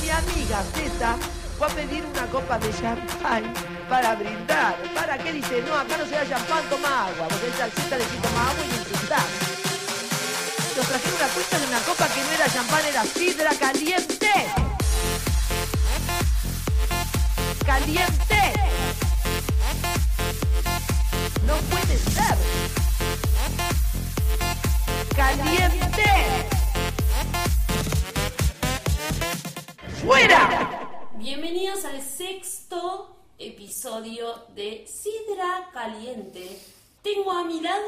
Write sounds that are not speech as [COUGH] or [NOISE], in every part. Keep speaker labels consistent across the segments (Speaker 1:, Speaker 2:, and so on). Speaker 1: amiga Z fue a pedir una copa de champán para brindar. ¿Para qué dice? No, acá no se da champán, toma agua. Porque el salsita le quita más agua y le brindás. Nos trajeron una cuenta de una copa que no era champán, era sidra caliente. ¡Caliente! No puede ser. ¡Caliente! ¡Fuera!
Speaker 2: Bienvenidos al sexto episodio de Sidra Caliente. Tengo a mi lado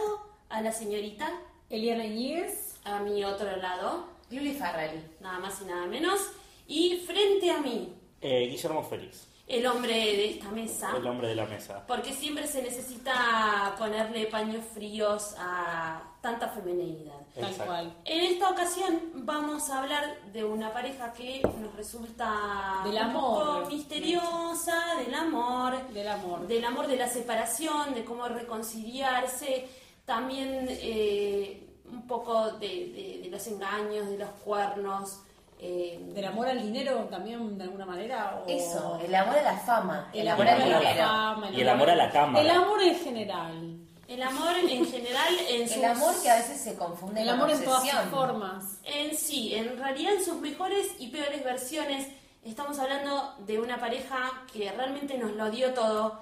Speaker 2: a la señorita,
Speaker 3: Eliana Years.
Speaker 2: a mi otro lado,
Speaker 4: Luli Farrelly.
Speaker 2: nada más y nada menos, y frente a mí,
Speaker 5: Eh, Guillermo Félix,
Speaker 2: el hombre de esta mesa,
Speaker 3: Ah.
Speaker 5: el hombre de la mesa.
Speaker 2: porque siempre se necesita ponerle paños fríos a tanta femenidad.
Speaker 3: Tal
Speaker 5: Exacto.
Speaker 3: cual.
Speaker 2: En esta ocasión vamos a hablar de una pareja que nos resulta
Speaker 3: Del
Speaker 2: un
Speaker 3: amor.
Speaker 2: poco misteriosa, del amor,
Speaker 3: Del amor.
Speaker 2: del amor de la separación, de cómo reconciliarse, también eh, un poco de, de- de los engaños, de los cuernos. eh,
Speaker 3: Del amor al dinero también, de alguna manera. o-
Speaker 4: Eso, el amor a la fama, el, amor
Speaker 5: amor
Speaker 4: al
Speaker 5: a la
Speaker 4: dinero.
Speaker 3: fama,
Speaker 5: Y el amor a la cámara.
Speaker 3: El amor en general.
Speaker 2: el amor en general, en sus-
Speaker 4: El amor que a veces se confunde
Speaker 3: El
Speaker 4: con
Speaker 3: amor en todas
Speaker 4: obsesión.
Speaker 3: sus formas.
Speaker 2: En sí, en realidad en sus mejores y peores versiones, estamos hablando de una pareja que realmente nos lo dio todo.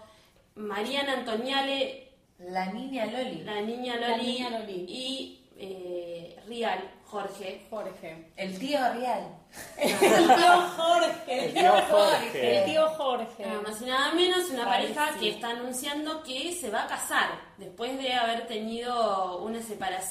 Speaker 2: Mariana Antoniale,
Speaker 4: La niña Loli.
Speaker 2: la niña Loli,
Speaker 3: La niña Loli.
Speaker 2: y eh, Rial, Jorge.
Speaker 4: [LAUGHS]
Speaker 3: Jorge.
Speaker 4: El tío real.
Speaker 3: El tío Jorge.
Speaker 5: El tío Jorge.
Speaker 3: El tío Jorge.
Speaker 2: Nada más y nada menos, una
Speaker 3: Parece.
Speaker 2: pareja que está anunciando que se va a casar después de haber tenido una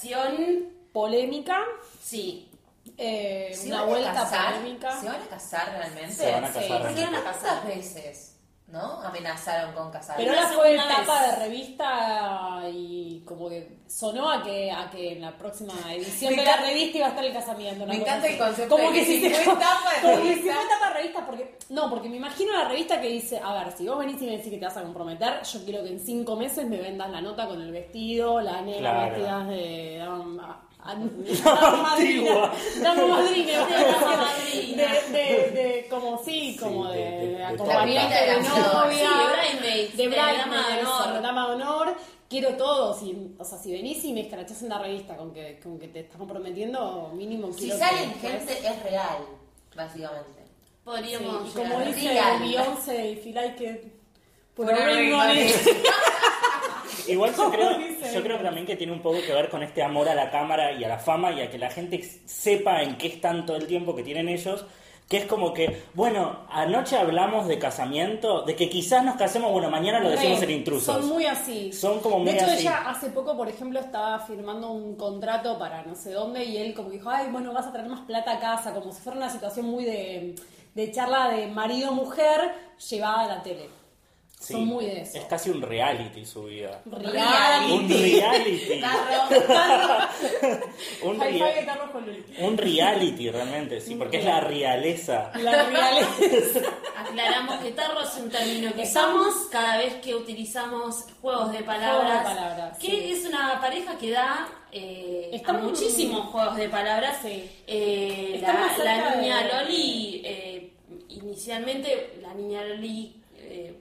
Speaker 2: separación.
Speaker 3: Polémica.
Speaker 2: Sí,
Speaker 3: eh,
Speaker 4: ¿Se
Speaker 3: una
Speaker 4: van a
Speaker 3: vuelta
Speaker 4: casar?
Speaker 3: polémica.
Speaker 4: ¿Se van a casar realmente?
Speaker 5: Se van a
Speaker 3: sí,
Speaker 5: casar.
Speaker 4: Porque
Speaker 2: van a
Speaker 4: ¿Cuántas
Speaker 2: casar.
Speaker 4: veces, ¿no? Amenazaron con casar.
Speaker 3: Pero
Speaker 2: Una
Speaker 3: ahora fue
Speaker 2: segunda
Speaker 3: etapa
Speaker 2: vez.
Speaker 3: de revista y como que sonó a que, a que en la próxima edición
Speaker 4: Me
Speaker 3: de la
Speaker 4: encanta-
Speaker 3: revista iba a estar el casamiento. una
Speaker 4: me
Speaker 3: cosa
Speaker 4: encanta
Speaker 3: así.
Speaker 4: el concepto
Speaker 3: Como
Speaker 4: de
Speaker 3: que
Speaker 4: que
Speaker 3: si
Speaker 4: si
Speaker 3: se
Speaker 4: fue etapa de
Speaker 3: como que si
Speaker 4: revista.
Speaker 3: fue etapa de revista, porque. No, porque me imagino la revista que dice, a ver, si vos venís y me decís que te vas a comprometer, yo quiero que en cinco meses me vendas la nota con el vestido, la negra
Speaker 5: Claro.
Speaker 3: vestidas de dama
Speaker 5: [LAUGHS]
Speaker 3: dama madrina,
Speaker 5: antigua.
Speaker 3: dama madrina,
Speaker 2: Dama madrina.
Speaker 3: de, de, de- como sí, como
Speaker 5: de-
Speaker 3: de,
Speaker 5: de- de-
Speaker 3: de
Speaker 5: de
Speaker 3: acompañante
Speaker 4: tabla.
Speaker 3: de
Speaker 2: Sí,
Speaker 3: novia,
Speaker 2: de bridesmaids,
Speaker 3: de
Speaker 2: de Este,
Speaker 3: bridesmaids,
Speaker 2: dama de
Speaker 3: eso,
Speaker 2: honor.
Speaker 3: de dama de honor. Quiero todo, si, o sea, si venís y me escrachás en la revista con que, con que te estás comprometiendo, mínimo
Speaker 4: Si
Speaker 3: quiero
Speaker 4: salen
Speaker 3: que-
Speaker 4: gente, es real, básicamente.
Speaker 3: Sí,
Speaker 2: podríamos.
Speaker 3: y como
Speaker 2: llegar.
Speaker 4: el-
Speaker 3: dice
Speaker 4: Real.
Speaker 3: Beyoncé y Phil que
Speaker 4: Put a ring on it.
Speaker 5: Igual yo
Speaker 3: ¿Cómo [LAUGHS]
Speaker 5: creo,
Speaker 3: dice?
Speaker 5: yo creo que también que tiene un poco que ver con este amor a la cámara y a la fama y a que la gente sepa en qué están todo el tiempo que tienen ellos. Que es como que, bueno, anoche hablamos de casamiento, de que quizás nos casemos, bueno, mañana lo decimos en intrusos.
Speaker 3: Son muy así.
Speaker 5: Son como muy
Speaker 3: de hecho,
Speaker 5: así.
Speaker 3: ella hace poco, por ejemplo, estaba firmando un contrato para no sé dónde y él como que dijo, ay, bueno, vas a traer más plata a casa, como si fuera una situación muy de, de charla de marido-mujer llevada a la tele.
Speaker 5: Sí.
Speaker 3: Son muy de eso.
Speaker 5: Es casi un reality su vida.
Speaker 3: Real.
Speaker 5: Un
Speaker 3: [LAUGHS]
Speaker 5: reality. un,
Speaker 3: High
Speaker 5: rea-
Speaker 3: five de Carlos con Luis.
Speaker 5: un reality realmente, sí, porque es la realeza.
Speaker 3: La realeza.
Speaker 2: Aclaramos que tarro es un término que usamos cada vez que utilizamos juegos de palabras.
Speaker 3: Juegos de palabras,
Speaker 2: que
Speaker 3: sí.
Speaker 2: es una pareja que da eh,
Speaker 3: Está
Speaker 2: a
Speaker 3: muy-
Speaker 2: muchísimos juegos de palabras.
Speaker 3: Sí.
Speaker 2: Eh,
Speaker 3: Está
Speaker 2: la,
Speaker 3: más cerca
Speaker 2: la niña
Speaker 3: de-
Speaker 2: Loli, eh, inicialmente la niña Loli eh,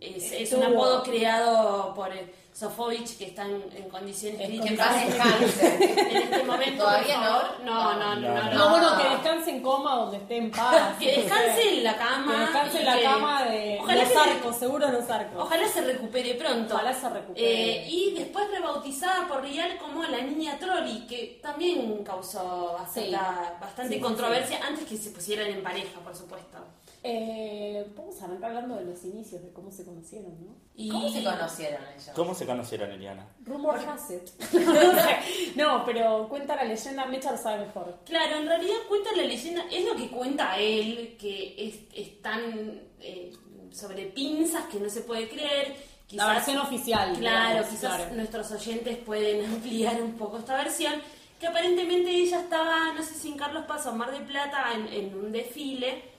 Speaker 2: es, es
Speaker 3: Estuvo-
Speaker 2: un apodo creado por eh, Sofovich que está en, en condiciones
Speaker 3: En
Speaker 4: Que en
Speaker 2: críticas. [LAUGHS]
Speaker 4: paz descanse.
Speaker 2: En este momento,
Speaker 4: ¿Todavía
Speaker 2: por
Speaker 4: no?
Speaker 2: favor. No, no, no. no,
Speaker 5: No,
Speaker 3: No, bueno, que descanse en coma donde esté en paz.
Speaker 2: Que descanse en la cama.
Speaker 3: Que descanse en
Speaker 2: y
Speaker 3: la
Speaker 2: que-
Speaker 3: cama de
Speaker 2: Ojalá
Speaker 3: los
Speaker 2: que-
Speaker 3: arcos, seguro los arcos.
Speaker 2: Ojalá se recupere pronto.
Speaker 3: Ojalá se recupere.
Speaker 2: Eh, y después rebautizada por Rial como la niña Trolli, que también causó bastante,
Speaker 3: Sí.
Speaker 2: bastante
Speaker 3: Sí, sí,
Speaker 2: controversia antes que se pusieran en pareja, por supuesto.
Speaker 3: Eh, vamos a arrancar hablando de los inicios, de cómo se conocieron, ¿no?
Speaker 2: Y
Speaker 4: ¿Cómo se conocieron ellos?
Speaker 5: [LAUGHS] ¿Cómo se conocieron, Eliana?
Speaker 3: Rumor Hassett. No sé. [LAUGHS] no, pero cuenta la leyenda, Mecha lo sabe mejor.
Speaker 2: Claro, en realidad cuenta la leyenda, es lo que cuenta él, que es, es tan eh, sobre pinzas que no se puede creer. Quizás,
Speaker 3: la versión oficial.
Speaker 2: Claro,
Speaker 3: digamos,
Speaker 2: quizás
Speaker 3: claro.
Speaker 2: nuestros oyentes pueden [LAUGHS] ampliar un poco esta versión, que aparentemente ella estaba, no sé si en Carlos Paz o en Mar de Plata, en, en un desfile,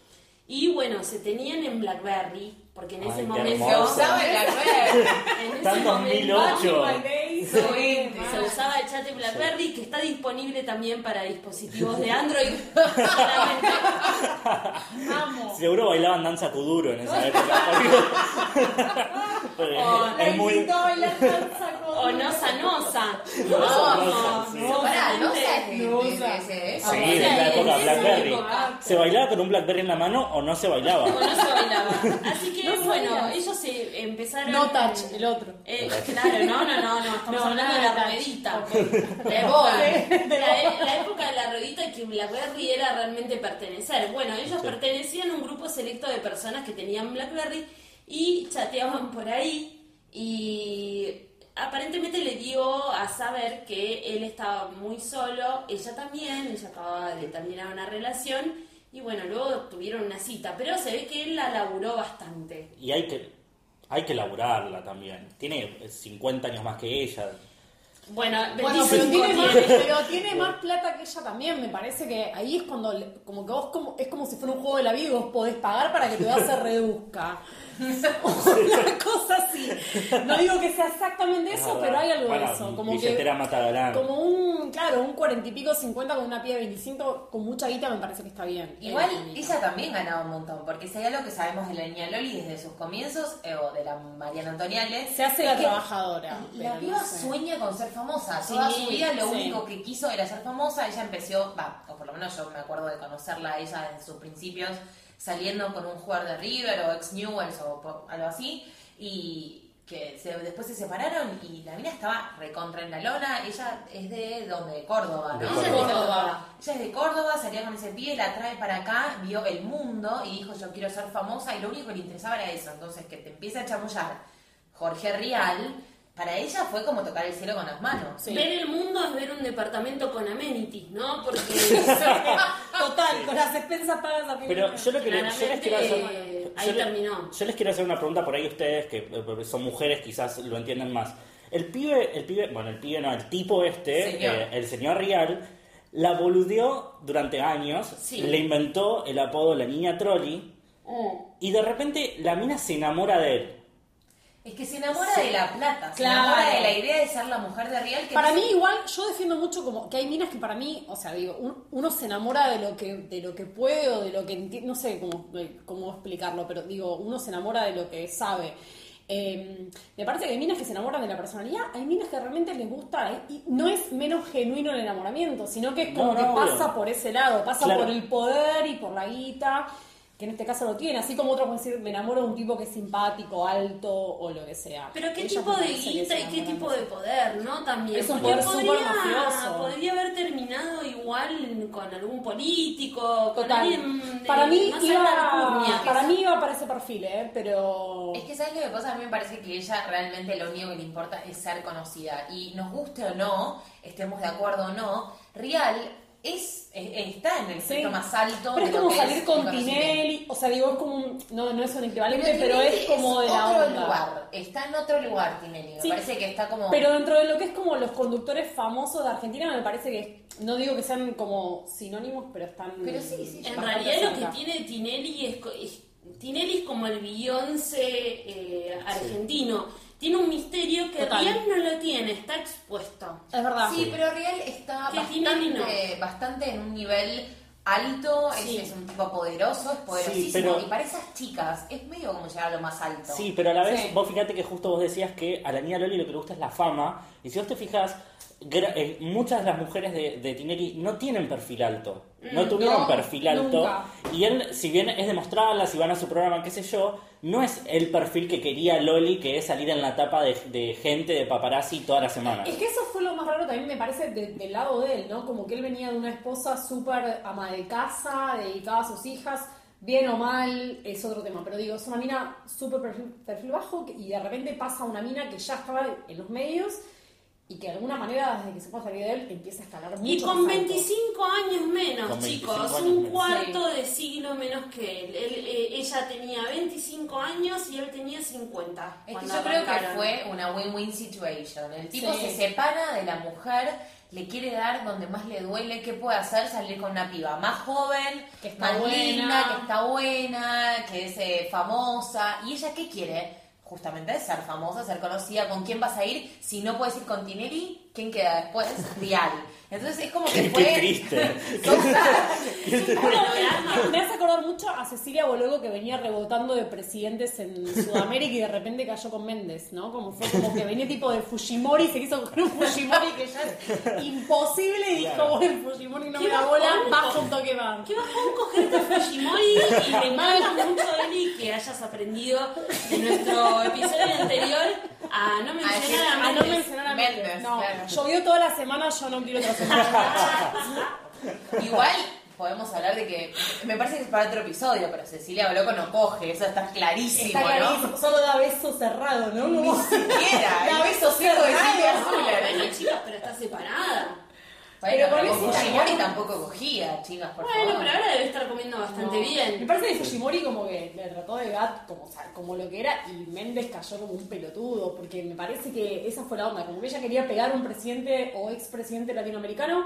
Speaker 2: y bueno, se tenían en Blackberry, porque en
Speaker 5: Ay,
Speaker 2: ese [LAUGHS]
Speaker 5: qué
Speaker 2: momento...
Speaker 4: Se
Speaker 5: hermoso.
Speaker 4: usaba en la red.
Speaker 2: En ese
Speaker 5: Está en
Speaker 2: momento-
Speaker 5: 2008.
Speaker 3: Back in my days.
Speaker 4: Seguramente.
Speaker 2: se usaba el chat de BlackBerry que está disponible también para dispositivos
Speaker 5: [LAUGHS]
Speaker 2: de Android. [LAUGHS] claramente.
Speaker 5: [LAUGHS]
Speaker 6: Amo.
Speaker 5: Seguro bailaban danza kuduro en
Speaker 3: [LAUGHS]
Speaker 5: esa época. Porque
Speaker 2: Oh,
Speaker 5: es muy...
Speaker 6: Lindo bailar salsa con-
Speaker 2: o Nosa Nosa.
Speaker 5: No,
Speaker 2: No,
Speaker 5: no,
Speaker 2: no,
Speaker 5: sí.
Speaker 2: no,
Speaker 4: Pará, no
Speaker 2: realmente.
Speaker 4: seas de-
Speaker 6: No
Speaker 4: de-
Speaker 6: usa.
Speaker 4: de- de-
Speaker 5: Sí,
Speaker 2: Ah,
Speaker 5: en la
Speaker 2: sí,
Speaker 5: época
Speaker 2: en esa
Speaker 5: Blackberry.
Speaker 2: época.
Speaker 5: ¿Se bailaba con un Blackberry en la mano o no se bailaba?
Speaker 2: O no se bailaba. Así que
Speaker 3: No
Speaker 2: bueno,
Speaker 3: sabía.
Speaker 2: ellos se empezaron.
Speaker 3: No touch, el otro.
Speaker 2: Eh, claro, no, no, no, no, estamos
Speaker 3: No,
Speaker 2: hablando
Speaker 3: nada
Speaker 2: de
Speaker 3: de
Speaker 2: la
Speaker 3: touch.
Speaker 2: ruedita. De
Speaker 3: [LAUGHS]
Speaker 2: bola. La, la época de la ruedita que Blackberry era realmente pertenecer. Bueno, ellos pertenecían a un grupo selecto de personas que tenían Blackberry y chateaban por ahí y aparentemente le dio a saber que él estaba muy solo, ella también, ella acababa de terminar una relación y bueno, luego tuvieron una cita, pero se ve que él la laburó bastante.
Speaker 5: Y hay que, hay que laburarla también. Tiene 50 años más que ella.
Speaker 2: Bueno,
Speaker 3: Bueno,
Speaker 2: 25
Speaker 3: pero tiene, más,
Speaker 2: tiene.
Speaker 4: [LAUGHS]
Speaker 3: pero tiene más plata que ella también, me parece que ahí es cuando, le- como que vos, como, es como si fuera un juego de la vida y vos podés pagar para que tu edad se
Speaker 4: [LAUGHS]
Speaker 3: reduzca. [LAUGHS] Una cosa así. No digo que sea exactamente eso, pero hay algo de
Speaker 5: Bueno,
Speaker 3: eso. Como
Speaker 5: billetera
Speaker 3: que,
Speaker 5: matagalán.
Speaker 3: como un, claro, un cuarenta y pico, cincuenta con una piba de 25 con mucha guita me parece que está bien.
Speaker 4: Igual
Speaker 3: Eh,
Speaker 4: ella también ganaba un montón, porque si hay algo que sabemos de la niña Loli desde sus comienzos, eh, o de la Mariana Antoniales,
Speaker 3: se hace
Speaker 4: es
Speaker 3: la
Speaker 4: que
Speaker 3: trabajadora.
Speaker 4: La
Speaker 3: pero no
Speaker 4: piba
Speaker 3: sé.
Speaker 4: sueña con ser famosa. Toda
Speaker 3: Sí,
Speaker 4: su vida lo
Speaker 3: sí.
Speaker 4: único que quiso era ser famosa. Ella empezó, va, o por lo menos yo me acuerdo de conocerla a ella en sus principios, saliendo con un jugador de River o ex Newells o po- algo así. Y que se- después se separaron y la mina estaba recontra en la lona. Ella es de donde? De Córdoba.
Speaker 5: De
Speaker 4: ¿no? Ella es
Speaker 5: Córdoba.
Speaker 4: Ella es de Córdoba, salía con ese pie, la trae para acá, vio el mundo y dijo yo quiero ser famosa y lo único que le interesaba era eso. Entonces que te empiece a chamullar Jorge Rial, para ella fue como tocar el cielo con las manos.
Speaker 3: Sí.
Speaker 2: Ver el mundo es ver un departamento con amenities, ¿no?
Speaker 3: [LAUGHS]
Speaker 2: Porque
Speaker 3: [LAUGHS] Total, con las expensas pagas a fin de
Speaker 5: Pero
Speaker 3: mes.
Speaker 5: yo lo que le- yo les quiero hacer.
Speaker 2: Claramente, eh,
Speaker 5: yo
Speaker 2: ahí
Speaker 5: le-
Speaker 2: terminó.
Speaker 5: Yo les quiero hacer una pregunta por ahí a ustedes, que eh, son mujeres, quizás lo entienden más. El pibe, el pibe, bueno, el pibe no, el tipo este,
Speaker 4: Señor.
Speaker 5: eh, el señor Rial, la boludeó durante años,
Speaker 2: Sí.
Speaker 5: le inventó el apodo la niña Trolli, y de repente la mina se enamora de él.
Speaker 4: Es que se enamora de la plata, se
Speaker 3: Claro.
Speaker 4: enamora de la idea de ser la mujer de Rial. Que
Speaker 3: Para
Speaker 4: no-
Speaker 3: mí igual, yo defiendo mucho como que hay minas que para mí, o sea, digo, un- uno se enamora de lo que de lo que puede o de lo que enti- no sé cómo, cómo explicarlo, pero digo, uno se enamora de lo que sabe. Eh, me parece que hay minas que se enamoran de la personalidad, hay minas que realmente les gusta, eh, y no es menos genuino el enamoramiento, sino que es como
Speaker 5: No,
Speaker 3: que
Speaker 5: no,
Speaker 3: pasa
Speaker 5: obvio.
Speaker 3: por ese lado, pasa
Speaker 5: Claro.
Speaker 3: por el poder y por la guita, que en este caso lo tiene, así como otro puede decir, me enamoro de un tipo que es simpático, alto o lo que sea.
Speaker 2: Pero qué
Speaker 3: Ellas
Speaker 2: tipo
Speaker 3: me
Speaker 2: de
Speaker 3: parece que
Speaker 2: guita
Speaker 3: se
Speaker 2: y qué
Speaker 3: enamoran
Speaker 2: tipo
Speaker 3: de
Speaker 2: de poder, ¿no? También.
Speaker 3: Es un
Speaker 2: Porque
Speaker 3: poder súper mafioso.
Speaker 2: podría haber terminado igual con algún político, con
Speaker 3: Total.
Speaker 2: alguien de
Speaker 3: Para mí,
Speaker 2: más alta
Speaker 3: iba,
Speaker 2: alcurnia.
Speaker 3: para mí iba para ese perfil, ¿eh? Pero...
Speaker 4: Es que sabes lo que pasa, a mí me parece que ella realmente lo único que le importa es ser conocida. Y nos guste o no, estemos de acuerdo o no, Rial es, es- está en el
Speaker 3: Sí.
Speaker 4: punto más alto.
Speaker 3: Pero es
Speaker 4: de lo
Speaker 3: como
Speaker 4: que
Speaker 3: salir
Speaker 4: el
Speaker 3: con
Speaker 4: conocimiento.
Speaker 3: Tinelli, o sea, digo, es como... un- No, no es un equivalente, pero,
Speaker 4: Tinelli
Speaker 3: es como de la
Speaker 4: otro
Speaker 3: onda.
Speaker 4: lugar, está en otro lugar Tinelli, me
Speaker 3: Sí.
Speaker 4: parece que está como...
Speaker 3: Pero dentro de lo que es como los conductores famosos de Argentina, me parece que... No digo que sean como sinónimos, pero están...
Speaker 4: Pero sí, sí,
Speaker 2: En
Speaker 3: bastante
Speaker 2: realidad lo que
Speaker 3: cerca.
Speaker 2: tiene Tinelli es, co- es- Tinelli es como el Beyoncé eh, argentino. Tiene un misterio que
Speaker 3: Total.
Speaker 2: Rian no lo tiene, está expuesto.
Speaker 3: Es verdad.
Speaker 4: Sí, pero Rial está
Speaker 2: Que Tinelli no.
Speaker 4: bastante, bastante en un nivel alto, es-
Speaker 2: Sí.
Speaker 4: es, un tipo poderoso, es poderosísimo,
Speaker 5: pero-
Speaker 4: y para esas chicas es medio como llegar a lo más alto.
Speaker 5: Sí, pero a la vez,
Speaker 3: Sí.
Speaker 5: vos fíjate que justo vos decías que a la niña Loli lo que le gusta es la fama. Y si vos te fijas, gra- eh, muchas de las mujeres de, de Tinelli no tienen perfil alto. No tuvieron
Speaker 3: Mm, no,
Speaker 5: perfil alto.
Speaker 3: nunca.
Speaker 5: Y él, si bien es demostrarla, si van a su programa, qué sé yo, no es el perfil que quería Loli, que es salir en la tapa de, de gente, de paparazzi toda la semana.
Speaker 3: Es que eso fue lo más raro también, me parece, de- del lado de él, ¿no? Como que él venía de una esposa súper ama de casa, dedicada a sus hijas, bien o mal, es otro tema. Pero digo, es una mina súper perfil, perfil bajo que- y de repente pasa una mina que ya estaba en los medios y que de alguna manera, desde que se puede salir de él, empieza a escalar mucho.
Speaker 2: Y con
Speaker 3: más alto.
Speaker 2: 25 años menos,
Speaker 5: Con 25
Speaker 2: chicos,
Speaker 5: años
Speaker 2: un
Speaker 5: menos.
Speaker 2: cuarto de siglo menos que él. Él, eh, ella tenía 25 años y él tenía 50.
Speaker 4: Es que
Speaker 2: cuando
Speaker 4: yo creo que
Speaker 2: arrancaron.
Speaker 4: fue una win-win situation. El tipo
Speaker 3: Sí.
Speaker 4: se separa de la mujer, le quiere dar donde más le duele, ¿qué puede hacer? Salir con una piba más joven,
Speaker 3: Que está
Speaker 4: más
Speaker 3: buena.
Speaker 4: linda, que está buena, que es eh, famosa. ¿Y ella qué quiere? justamente de ser famosa, ser conocida, con quién vas a ir, si no puedes ir con Tinelli, ¿quién
Speaker 3: [LAUGHS]
Speaker 4: queda después? Rial. Entonces es como que
Speaker 5: [LAUGHS] Qué,
Speaker 4: fue...
Speaker 5: qué triste.
Speaker 2: Bueno, nada más.
Speaker 3: Me hace acordar mucho a Cecilia Bologo que venía rebotando de presidentes en Sudamérica y de repente cayó con Méndez, ¿no? Como fue como que venía tipo de Fujimori, se quiso con un Fujimori que ya es imposible y dijo,
Speaker 5: Claro.
Speaker 3: bueno, Fujimori no me
Speaker 2: Qué
Speaker 3: da bola,
Speaker 2: bajón.
Speaker 3: bajo un toque más.
Speaker 2: Qué bajón cogerte a Fujimori y te mando mucho, Eli, que hayas aprendido de nuestro episodio anterior a no mencionar a,
Speaker 3: Ah, no
Speaker 2: Mendes.
Speaker 3: mencionar a
Speaker 4: Méndez,
Speaker 3: Méndez. No,
Speaker 4: claro.
Speaker 3: llovió toda la semana, yo no quiero otra semana.
Speaker 4: Igual podemos hablar de que me parece que es para otro episodio, pero Cecilia Boloco no coge, eso está clarísimo,
Speaker 3: Está clarísimo, solo da beso cerrado, ¿no?
Speaker 4: ¿no? Ni
Speaker 3: Como-
Speaker 4: siquiera, ¿eh?
Speaker 3: La
Speaker 4: el beso
Speaker 3: beso
Speaker 4: ciego de
Speaker 3: cerrado.
Speaker 4: Silvia
Speaker 2: No, bueno,
Speaker 4: Zuller.
Speaker 2: chicas, pero está separada.
Speaker 4: Bueno,
Speaker 3: Pero
Speaker 4: pero
Speaker 3: con
Speaker 4: con
Speaker 3: ese
Speaker 4: Fujimori
Speaker 3: italiano-
Speaker 4: tampoco cogía, chicas, por
Speaker 2: Bueno,
Speaker 4: favor.
Speaker 2: pero ahora debe estar comiendo bastante
Speaker 3: Me
Speaker 2: bien.
Speaker 3: parece que Fujimori como que le trató de gat como, o sea, como lo que era y Méndez cayó como un pelotudo, porque me parece que esa fue la onda, como que ella quería pegar a un presidente o expresidente latinoamericano,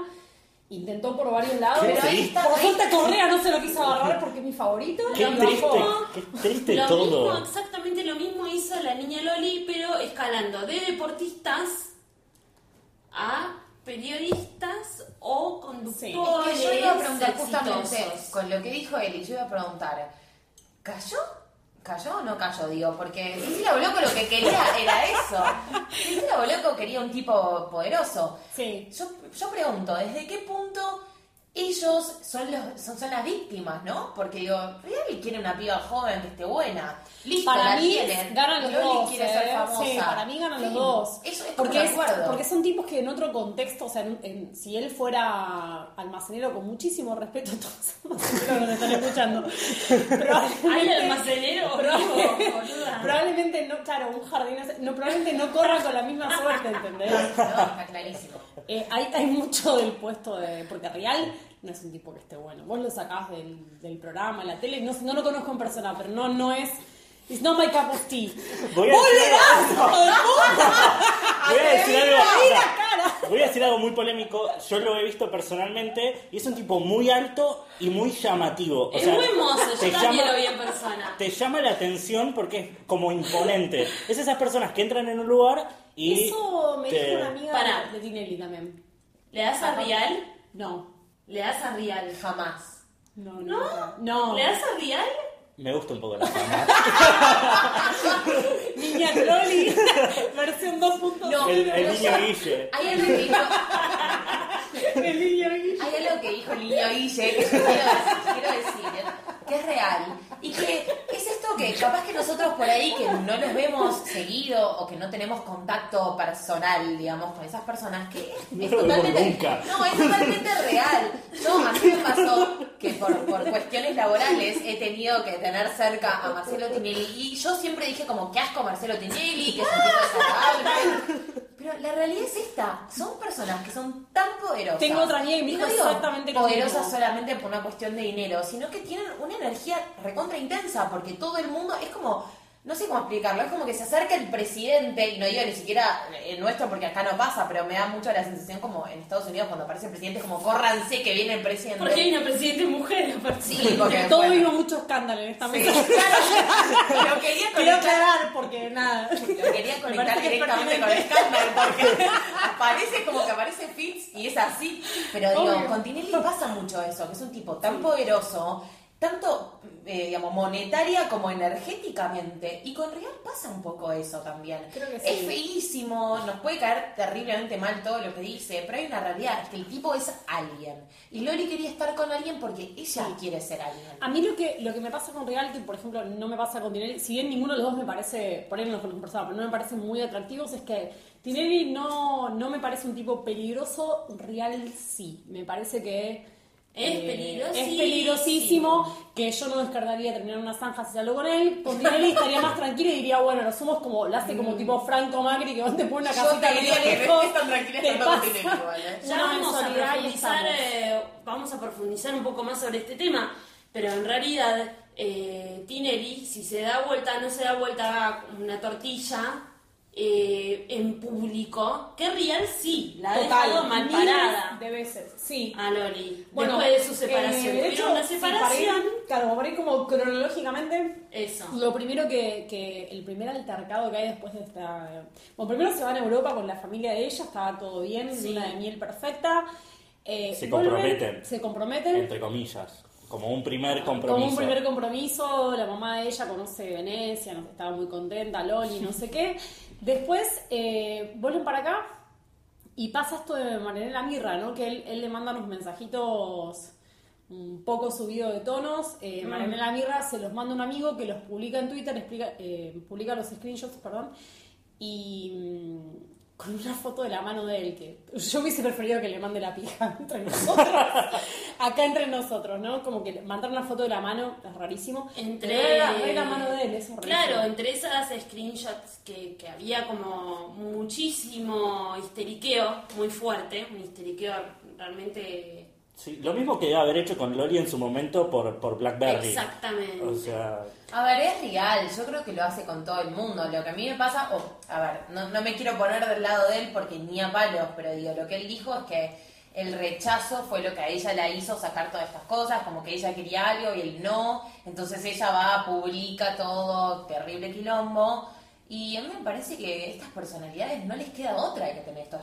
Speaker 3: intentó por varios lados,
Speaker 5: Qué
Speaker 3: pero ahí
Speaker 5: triste.
Speaker 3: está, por suerte Correa no se lo quiso agarrar porque es mi favorito,
Speaker 5: Qué
Speaker 3: y lo
Speaker 5: triste,
Speaker 3: bajó.
Speaker 5: qué triste
Speaker 2: lo
Speaker 5: todo.
Speaker 2: mismo, exactamente lo mismo hizo la niña Loli, pero escalando de deportistas a periodistas o
Speaker 3: Sí.
Speaker 4: Es
Speaker 2: conductores.
Speaker 4: que yo iba a preguntar justamente
Speaker 2: exitosos.
Speaker 4: con lo que dijo Eli, yo iba a preguntar, ¿cayó? ¿Cayó o no cayó? Digo, porque Cecilia Boloco lo que quería era eso. Cecilia Boloco quería un tipo poderoso.
Speaker 3: Sí.
Speaker 4: Yo, yo pregunto, ¿desde qué punto ellos son, los, son, son las víctimas, no? Porque digo, Real quiere una piba joven que esté buena. Listo,
Speaker 3: Para
Speaker 4: la
Speaker 3: mí
Speaker 4: tienen.
Speaker 3: ganan los
Speaker 4: Loli
Speaker 3: dos.
Speaker 4: quiere
Speaker 3: eh.
Speaker 4: ser famosa.
Speaker 3: Sí, para mí ganan los
Speaker 4: Sí.
Speaker 3: dos.
Speaker 4: Eso es
Speaker 3: porque, es-
Speaker 4: acuerdo.
Speaker 3: porque son tipos que en otro contexto, o sea, en- en- si él fuera almacenero, con muchísimo respeto [LAUGHS] a todos los almaceneros que nos están escuchando, probablemente-
Speaker 2: Hay
Speaker 4: [LAUGHS]
Speaker 2: almacenero,
Speaker 3: Probable-
Speaker 2: vivo, boluda.
Speaker 3: probablemente no, claro, un jardín, no, probablemente no corra con la misma suerte, ¿entendés?
Speaker 4: [LAUGHS] No, está clarísimo.
Speaker 3: Eh, hay, hay mucho del puesto de. Porque Real no es un tipo que esté bueno. Vos lo sacás del, del programa, la tele, no, no lo conozco en persona, pero no, no es. It's not my cup of tea.
Speaker 5: Voy a
Speaker 3: ¡Vos
Speaker 5: decir
Speaker 3: le das, hijo de puta!
Speaker 5: Voy a decir algo.
Speaker 3: Ahí la cara.
Speaker 5: Voy a decir algo muy polémico. Yo lo he visto personalmente y es un tipo muy alto y muy llamativo. O
Speaker 2: Es
Speaker 5: sea,
Speaker 2: muy hermoso,
Speaker 5: te
Speaker 2: yo también
Speaker 5: llama-
Speaker 2: lo vi en persona.
Speaker 5: Te llama la atención porque es como imponente. Es esas personas que entran en un lugar y.
Speaker 3: Eso me
Speaker 5: te-
Speaker 3: dijo una amiga
Speaker 2: Pará.
Speaker 3: de Tinelli también.
Speaker 2: ¿Le das a Rial?
Speaker 3: No.
Speaker 2: ¿Le das a Rial?
Speaker 4: Jamás.
Speaker 3: No,
Speaker 2: ¿No?
Speaker 3: no. No.
Speaker 2: ¿Le das a Rial?
Speaker 5: Me gusta un poco la fama.
Speaker 3: Niña Crowley, [LAUGHS] versión 2.0.
Speaker 4: No,
Speaker 5: El, el
Speaker 4: yo-
Speaker 5: niño Guille.
Speaker 4: Hay algo que dijo,
Speaker 3: El niño ahí.
Speaker 4: hay algo que dijo el niño Guille que yo quiero, quiero decir, ¿eh? que es real. Y que es esto que capaz que nosotros por ahí que no nos vemos seguido o que no tenemos contacto personal, digamos, con esas personas, que es,
Speaker 5: No
Speaker 4: es
Speaker 5: lo vemos
Speaker 4: totalmente.
Speaker 5: nunca.
Speaker 4: No, es totalmente real. Yo a mí me pasó que por, por cuestiones laborales he tenido que tener cerca a Marcelo Tinelli y yo siempre dije como que asco Marcelo Tinelli, que es un tipo desagradable. Pero la realidad es esta, son personas que son tan poderosas.
Speaker 3: Tengo otra amiga que me
Speaker 4: Y
Speaker 3: dijo
Speaker 4: digo
Speaker 3: exactamente lo
Speaker 4: poderosas
Speaker 3: mismo.
Speaker 4: solamente por una cuestión de dinero, sino que tienen una energía recontra intensa, porque todo el mundo es como, no sé cómo explicarlo, es como que se acerca el presidente, y no digo ni siquiera el nuestro porque acá no pasa, pero me da mucho la sensación como en Estados Unidos cuando aparece el presidente, es como córranse que viene el presidente.
Speaker 2: Porque hay una presidente mujer, aparte.
Speaker 4: Sí, porque
Speaker 3: Todo
Speaker 4: bueno.
Speaker 3: vino mucho escándalo en esta
Speaker 4: Sí,
Speaker 3: mesa.
Speaker 4: claro, lo quería
Speaker 3: Quiero
Speaker 4: conectar,
Speaker 3: aclarar porque nada.
Speaker 4: lo quería conectar
Speaker 3: parece que es
Speaker 4: directamente con el escándalo, porque aparece como que aparece Fitz y es así. Pero digo,
Speaker 3: Obvio.
Speaker 4: con Tinelli pasa mucho eso, que es un tipo tan poderoso, tanto, eh, digamos, monetaria como energéticamente. Y con Real pasa un poco eso también.
Speaker 3: Creo que
Speaker 4: Es
Speaker 3: sí.
Speaker 4: feísimo, nos puede caer terriblemente mal todo lo que dice, pero hay una realidad, es que el tipo es alguien. Y Lori quería estar con alguien porque ella quiere ser alguien.
Speaker 3: A mí lo que, lo que me pasa con Real, que por ejemplo no me pasa con Tinelli, si bien ninguno de los dos me parece, por ahí no los conozco en persona, pero no me parecen muy atractivos, es que Tinelli no, no me parece un tipo peligroso, Real sí. Me parece que. eh,
Speaker 2: Es
Speaker 3: Es
Speaker 2: peligrosísimo.
Speaker 3: peligrosísimo, que yo no descartaría terminar una zanja si salgo con él. Con Tinelli estaría más tranquilo y diría, bueno, lo somos como, lo hace como tipo Franco Macri, que vos te pone una
Speaker 4: Mm. Yo
Speaker 3: casita
Speaker 4: te diría
Speaker 3: medio
Speaker 4: que no
Speaker 3: lejos,
Speaker 4: estés tan tranquila
Speaker 3: te
Speaker 4: estando con
Speaker 3: pasa
Speaker 4: Tinelli igual, ¿eh?
Speaker 2: Ya
Speaker 3: una
Speaker 2: vamos a,
Speaker 3: mensualidad y
Speaker 2: profundizar,
Speaker 3: estamos.
Speaker 2: eh, vamos a profundizar un poco más sobre este tema, pero en realidad eh, Tinelli, si se da vuelta, no se da vuelta una tortilla, eh, en público, que Rial sí, la ha
Speaker 3: Total,
Speaker 2: dejado mal
Speaker 3: miles
Speaker 2: parada
Speaker 3: de veces, sí.
Speaker 2: a Lori. después de su separación.
Speaker 3: eh, de hecho,
Speaker 2: Tuvieron una
Speaker 3: sí, para ir-
Speaker 2: separación.
Speaker 3: claro, para ir como cronológicamente,
Speaker 2: Eso.
Speaker 3: Lo primero que, que- el primer altercado que hay después de esta... Bueno, primero se van a Europa con la familia de ella, estaba todo bien,
Speaker 2: Sí.
Speaker 3: una de miel perfecta. eh,
Speaker 5: Se
Speaker 3: vuelven,
Speaker 5: comprometen.
Speaker 3: Se comprometen.
Speaker 5: Entre comillas. Como un primer compromiso.
Speaker 3: Como un primer compromiso, la mamá de ella conoce Venecia, no- estaba muy contenta, Loli, no sé qué. Después eh, vuelven para acá y pasa esto de Marianela Mirra, ¿no? Que él, él le manda unos mensajitos un poco subido de tonos. Eh, Marianela Mirra se los manda un amigo que los publica en Twitter, explica- eh, publica los screenshots, perdón, y mm, con una foto de la mano de él, que yo hubiese preferido que le mande la pija [LAUGHS] entre nosotros, acá entre nosotros, ¿no? Como que mandar una foto de la mano es rarísimo.
Speaker 2: Entre.
Speaker 3: la, la mano de él, es horrible.
Speaker 2: Claro, entre esas screenshots que, que había como muchísimo histeriqueo muy fuerte, un histeriqueo realmente.
Speaker 5: Sí, lo mismo que debe haber hecho con Loli en su momento por, por Blackberry.
Speaker 2: Exactamente.
Speaker 5: O sea,
Speaker 4: A ver, es real, yo creo que lo hace con todo el mundo. Lo que a mí me pasa, o, a ver, no, no me quiero poner del lado de él porque ni a palos, pero digo, lo que él dijo es que el rechazo fue lo que a ella la hizo sacar todas estas cosas, como que ella quería algo y él no, entonces ella va, publica todo, terrible quilombo, y a mí me parece que estas personalidades no les queda otra que tener estos